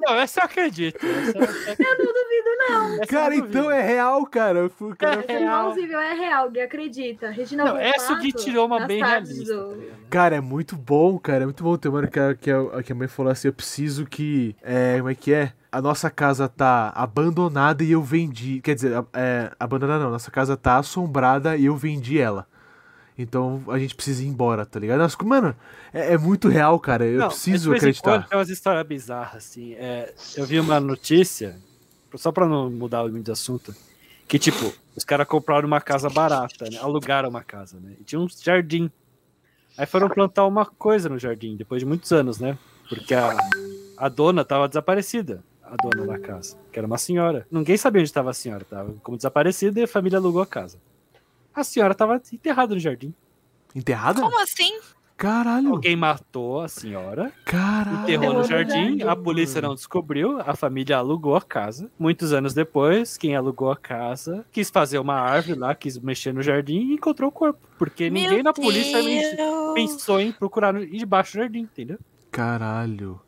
S3: Não, essa eu acredito. Essa, eu não duvido, não.
S2: cara, então é real, cara. Eu fui- o cara.
S6: É plausível, é real, Gui, acredita. Regina
S3: Não, essa o Gui
S6: Volpato,
S3: tirou uma
S6: nas
S3: bem
S6: tardes
S3: realista.
S6: do-
S3: tá ligado?
S2: Cara, é muito bom, cara. É muito bom. Tem uma hora que a, que a- que a mãe falou assim: eu preciso que. É, como é que é? A nossa casa tá abandonada e eu vendi. Quer dizer, a- é, abandonada não. Nossa casa tá assombrada e eu vendi ela. Então a gente precisa ir embora, tá ligado? Nossa, mano, é, é muito real, cara. Eu
S3: Não, mas de
S2: preciso
S3: vez em
S2: acreditar.
S3: quando Tem umas histórias bizarras, assim. É, eu vi uma notícia só pra não mudar muito de assunto, que tipo, os caras compraram uma casa barata, né? Alugaram uma casa, né? E tinha um jardim. Aí foram plantar uma coisa no jardim, depois de muitos anos, né? Porque a, a dona tava desaparecida, a dona da casa, que era uma senhora. Ninguém sabia onde tava a senhora, tava como desaparecida e a família alugou a casa. A senhora tava enterrada no jardim.
S2: Enterrada?
S5: Como assim?
S2: Caralho.
S3: Alguém matou a senhora, enterrou
S2: Caralho.
S3: no
S6: no
S3: jardim,
S6: jardim.
S3: a polícia não descobriu, a família alugou a casa. Muitos anos depois, quem alugou a casa quis fazer uma árvore lá, quis mexer no jardim e encontrou o corpo. Porque ninguém
S5: Meu
S3: na polícia men-
S5: Deus.
S3: pensou em procurar no- debaixo do jardim, entendeu?
S2: Caralho.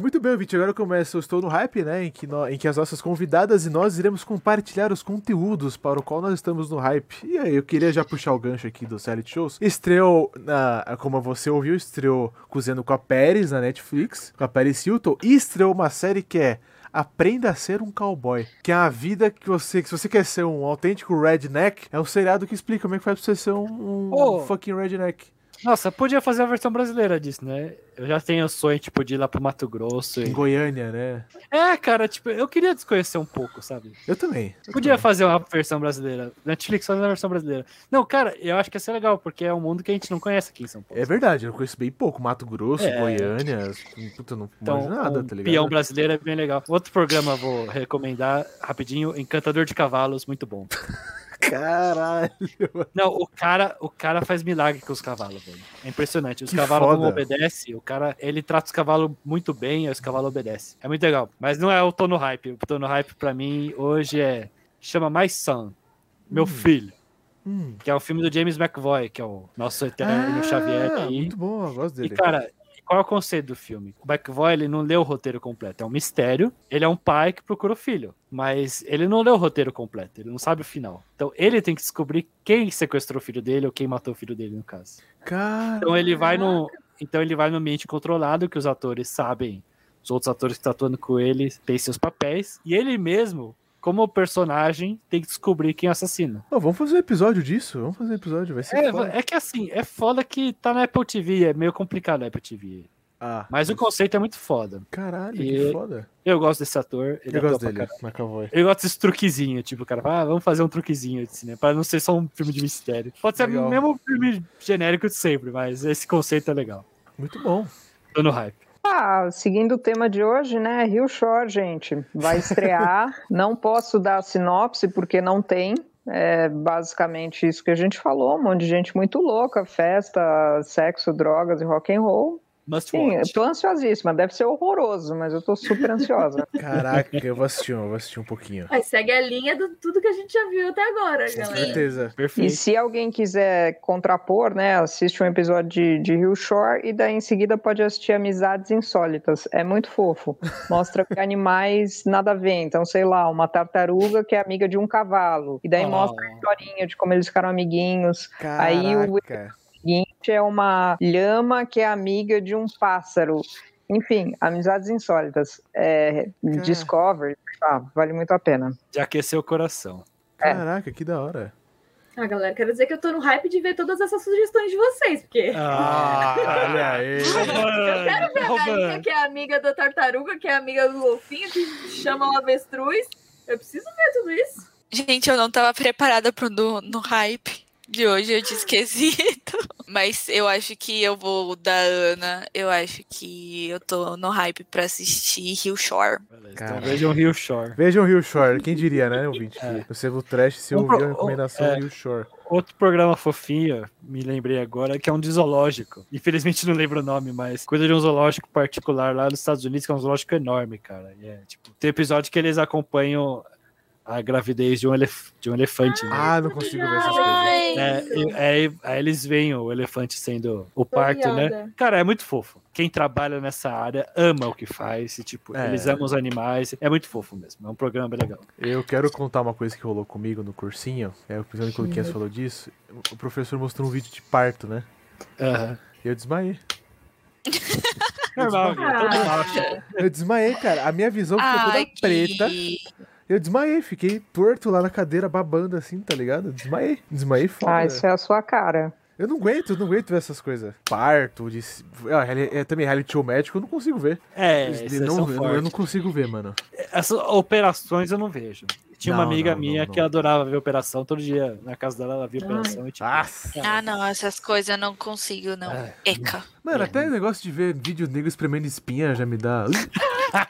S2: Muito bem, ouvinte, agora começa o Estou no Hype, né? Em que, nó- em que as nossas convidadas e nós iremos compartilhar os conteúdos para o qual nós estamos no hype. E aí, eu queria já puxar o gancho aqui do Select Shows. Estreou, na, como você ouviu, estreou Cozendo com a Pérez na Netflix, com a Pérez Hilton, e estreou uma série que é Aprenda a ser um cowboy. Que é a vida que você. que Se você quer ser um autêntico redneck, é um seriado que explica como é que faz pra você ser um, um
S3: Ô.
S2: fucking redneck.
S3: Nossa, podia fazer a versão brasileira disso, né? Eu já tenho o sonho, tipo, de ir lá pro Mato Grosso.
S2: Em
S3: e-
S2: Goiânia, né?
S3: É, cara, tipo, eu queria desconhecer um pouco, sabe?
S2: Eu também. eu
S3: Podia
S2: também.
S3: fazer uma versão brasileira. Netflix fazendo a versão brasileira. Não, cara, eu acho que ia ser legal, porque é um mundo que a gente não conhece aqui em São Paulo.
S2: É verdade, eu conheço bem pouco. Mato Grosso,
S3: É.
S2: Goiânia. Puta, eu não
S3: Então,
S2: manjo nada,
S3: um
S2: tá ligado?
S3: peão brasileiro é bem legal. Outro programa eu vou recomendar rapidinho, Encantador de Cavalos, muito bom.
S2: Caralho.
S3: Não, o cara, o cara faz milagre com os cavalos, velho. É impressionante. Os
S2: Que
S3: cavalos não
S2: foda.
S3: obedecem, o cara, ele trata os cavalos muito bem, aí os cavalos obedecem. É muito legal, mas não é o Tono Hype. O Tono Hype pra mim hoje é chama My Son, meu filho,
S2: Hum.
S3: que é o filme do James McVoy, que é o nosso eterno
S2: Ah,
S3: Xavier aí.
S2: Muito bom, eu gosto
S3: E,
S2: dele.
S3: cara, qual é o conceito do filme? O McVoy, ele não leu o roteiro completo. É um mistério. Ele é um pai que procura o filho. Mas ele não leu o roteiro completo. Ele não sabe o final. Então, ele tem que descobrir quem sequestrou o filho dele ou quem matou o filho dele, no caso.
S2: Cara,
S3: Então, ele vai no... Então, ele vai no ambiente controlado, que os atores sabem. Os outros atores que estão atuando com ele têm seus papéis. E ele mesmo, como personagem, tem que descobrir quem assassina.
S2: Ô, vamos fazer um episódio disso. Vamos fazer um episódio, vai ser foda.
S3: É, é que assim, é foda que tá na Apple TV. É meio complicado na Apple TV.
S2: Ah,
S3: Mas o conceito é muito foda.
S2: caralho,
S3: E- é
S2: que foda.
S3: Eu gosto desse ator. Ele
S2: Eu gosto
S3: atua pra
S2: dele,
S3: caralho.
S2: McAvoy.
S3: Eu gosto desse truquezinho, tipo, o cara fala, ah, vamos fazer um truquezinho de cinema, pra não ser só um filme de mistério. Pode ser
S2: Legal.
S3: o mesmo filme genérico de sempre, mas esse conceito é legal.
S2: Muito bom.
S3: Tô no hype.
S4: Ah, seguindo o tema de hoje, né? Rio Shore, gente, vai estrear. não posso dar a sinopse porque não tem. É basicamente isso que a gente falou, um monte de gente muito louca, festa, sexo, drogas e rock and roll.
S3: Must
S4: Sim, eu
S3: watch.
S4: tô ansiosíssima, deve ser horroroso, mas eu tô super ansiosa.
S2: Caraca, eu vou assistir, eu vou assistir um pouquinho.
S6: Aí segue a linha do tudo que a gente já viu até agora,
S2: Com
S6: galera.
S2: certeza.
S4: E
S3: Perfeito.
S4: se alguém quiser contrapor, né, assiste um episódio de, de Rio Shore e daí em seguida pode assistir Amizades Insólitas. É muito fofo. Mostra que animais nada a ver. Então, sei lá, uma tartaruga que é amiga de um cavalo. E daí
S3: Ah,
S4: mostra a historinha de como eles ficaram amiguinhos. Aí o-
S2: Caraca.
S4: Seguinte é uma lhama que é amiga de um pássaro. Enfim, Amizades Insólitas. É,
S2: Cara.
S4: Discovery, ah, vale muito a pena.
S3: de aquecer o coração.
S4: é.
S2: Caraca, que da hora.
S6: Ah, galera, quero dizer que eu tô no hype de ver todas essas sugestões de vocês, porque
S3: Ah,
S2: olha aí.
S6: eu quero ver a galinha
S3: roubando.
S6: que é amiga da tartaruga, que é amiga do golfinho, que chama o avestruz. Eu preciso ver tudo isso.
S5: Gente, eu não tava preparada pro no, no hype de hoje, eu tinha esquecido. [laughs] Mas eu acho que eu vou da Ana. Eu acho que eu tô no hype pra assistir Rio Shore.
S3: Beleza, Então
S2: Caralho.
S3: vejam Rio Shore.
S2: Vejam Rio Shore, quem diria, né, ouvinte?
S3: É.
S2: Eu sei o trash se
S3: Um
S2: ouviu
S3: pro-
S2: a
S3: um-
S2: recomendação
S3: é.
S2: Rio Shore.
S3: Outro programa fofinho, me lembrei agora, que é um de zoológico. Infelizmente não lembro o nome, mas cuida de um zoológico particular lá nos Estados Unidos, que é um zoológico enorme, cara. E é, tipo, tem episódio que eles acompanham a gravidez de um, elef de um elefante. né?
S2: Ah, não consigo ver essas coisas.
S5: Ai,
S3: É, e- aí, aí eles veem o elefante sendo o parto, né?
S6: ligada.
S3: Cara, é muito fofo. Quem trabalha nessa área ama o que faz, e, tipo,
S2: É.
S3: eles amam os animais. É muito fofo mesmo. É um programa bem legal.
S2: Eu quero contar uma coisa que rolou comigo no cursinho. É, principalmente quando o Kias falou disso. O professor mostrou um vídeo de parto, né?
S3: Aham.
S2: E eu desmaiei.
S3: Normal, cara, todo mundo acha.
S2: Eu desmaiei, cara. A minha visão ficou toda
S5: ai, que-
S2: preta. Eu desmaiei, fiquei torto lá na cadeira, babando assim, tá ligado? Desmaiei. Desmaiei foda.
S4: Ah, isso é a sua cara.
S2: Eu não aguento, eu não aguento ver essas coisas. Parto, de... ah, reali- é, também reality show médico, eu não consigo ver.
S3: É,
S2: Eles-
S3: esses
S2: não,
S3: são
S2: eu, não- eu
S3: fortes.
S2: não consigo ver, mano.
S3: Essas operações eu não vejo. Tinha uma
S2: Não,
S3: amiga
S2: não,
S3: minha
S2: não,
S3: que
S2: não.
S3: adorava ver operação. Todo dia na casa dela ela via
S6: Ai.
S3: operação e tipo.
S2: Nossa.
S5: Ah, não, essas coisas eu não consigo, não.
S2: É.
S5: Eca.
S2: Mano, até o negócio de ver vídeos negros espremendo espinha já me dá.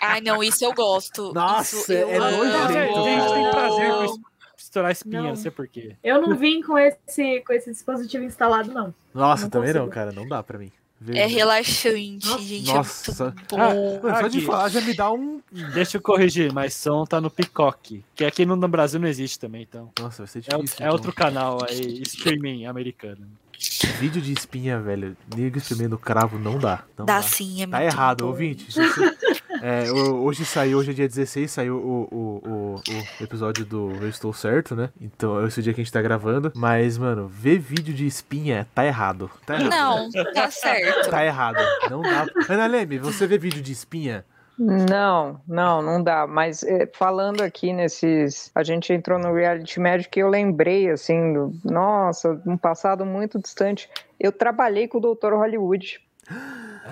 S5: Ai, não, isso
S2: [laughs]
S5: eu gosto.
S2: Nossa,
S5: isso eu
S2: é
S5: amo.
S2: nojento,
S3: Tem gente que tem prazer com
S5: Amo.
S3: isso. Estourar espinha,
S6: Não.
S3: não sei porquê.
S6: Eu não vim com esse, com esse dispositivo instalado, não.
S2: Nossa,
S6: Não
S2: também não,
S6: consigo.
S2: cara, não dá pra mim. Ver-
S5: É relaxante, gente.
S2: Nossa.
S5: É muito bom.
S2: Mano, só de
S3: Aqui.
S2: falar já me dá um.
S3: Deixa eu corrigir, mas som tá no Picoque. Que aqui no no Brasil não existe também, então.
S2: Nossa, vai ser
S3: É, o-
S2: difícil.
S3: é outro canal aí, streaming americano.
S2: então. Vídeo de espinha, velho. Negro espremendo cravo não dá. Não
S5: Dá
S2: dá.
S5: sim, é
S2: Tá
S5: muito
S2: errado,
S5: bom.
S2: ouvinte. Se você- [laughs] É, o- hoje saiu, hoje é dia 16, saiu o, o- o- o episódio do Eu Estou Certo, né? Então, esse é o dia que a gente tá gravando. Mas, mano, ver vídeo de espinha tá errado. Tá errado.
S5: Não, tá certo.
S2: Tá errado. Não dá. Ana Leme, você vê vídeo de espinha?
S4: Não, não, não dá. Mas eh, falando aqui nesses. A gente entrou no Reality Magic e eu lembrei, assim, do- nossa, um passado muito distante. Eu trabalhei com o Doutor Hollywood.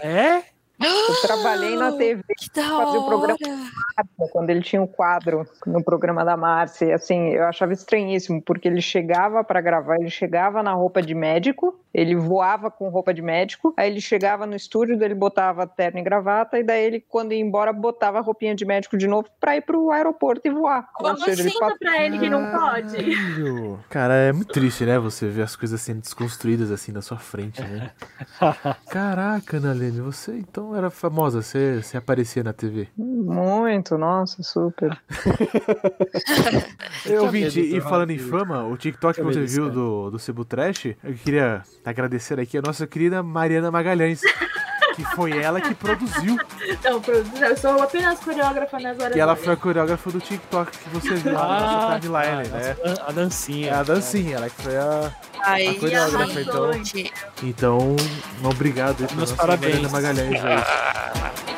S3: É?
S4: Eu trabalhei
S5: [gasps]
S4: na TV
S5: Que da
S4: Fazer o programa.
S5: hora.
S4: Márcia, quando ele tinha o quadro no programa da Márcia. E, assim, eu achava estranhíssimo, porque ele chegava para gravar, ele chegava na roupa de médico, ele voava com roupa de médico, aí ele chegava no estúdio, daí ele botava terno e gravata, e daí ele, quando ia embora, botava a roupinha de médico de novo para ir pro aeroporto e voar.
S5: Como
S4: ele
S5: assim?
S4: fa-
S6: Conta pra Ah. ele que não pode.
S2: Caralho. Cara, é muito triste, né? Você ver as coisas sendo desconstruídas assim na sua frente,
S3: [laughs]
S2: né? Caraca, Ana Leme, você então era famosa, você, você aparecia na TV.
S4: Muito, nossa, super.
S3: Eu
S2: Eu
S3: tinha
S2: vi,
S3: medo do
S2: e falando em
S3: Raul.
S2: fama, o TikTok que
S3: Tinha
S2: você
S3: medo desse
S2: viu
S3: cara.
S2: do, do Cebu Trash, eu queria agradecer aqui a nossa querida Mariana Magalhães, que foi ela que produziu,
S6: Não, produção, Então, eu sou apenas coreógrafa nas horas.
S2: e ela
S6: vagas.
S2: foi a coreógrafa do TikTok que você viu lá na nossa timeline,
S3: tá,
S2: né?
S3: a- A dancinha.
S2: É a dancinha, ela que foi a...
S5: Ai,
S2: A coreógrafa,
S5: ai,
S2: então.
S5: gente.
S2: Então, obrigado aí pra
S3: Meus
S2: nossa
S3: parabéns.
S2: Mariana Magalhães aí.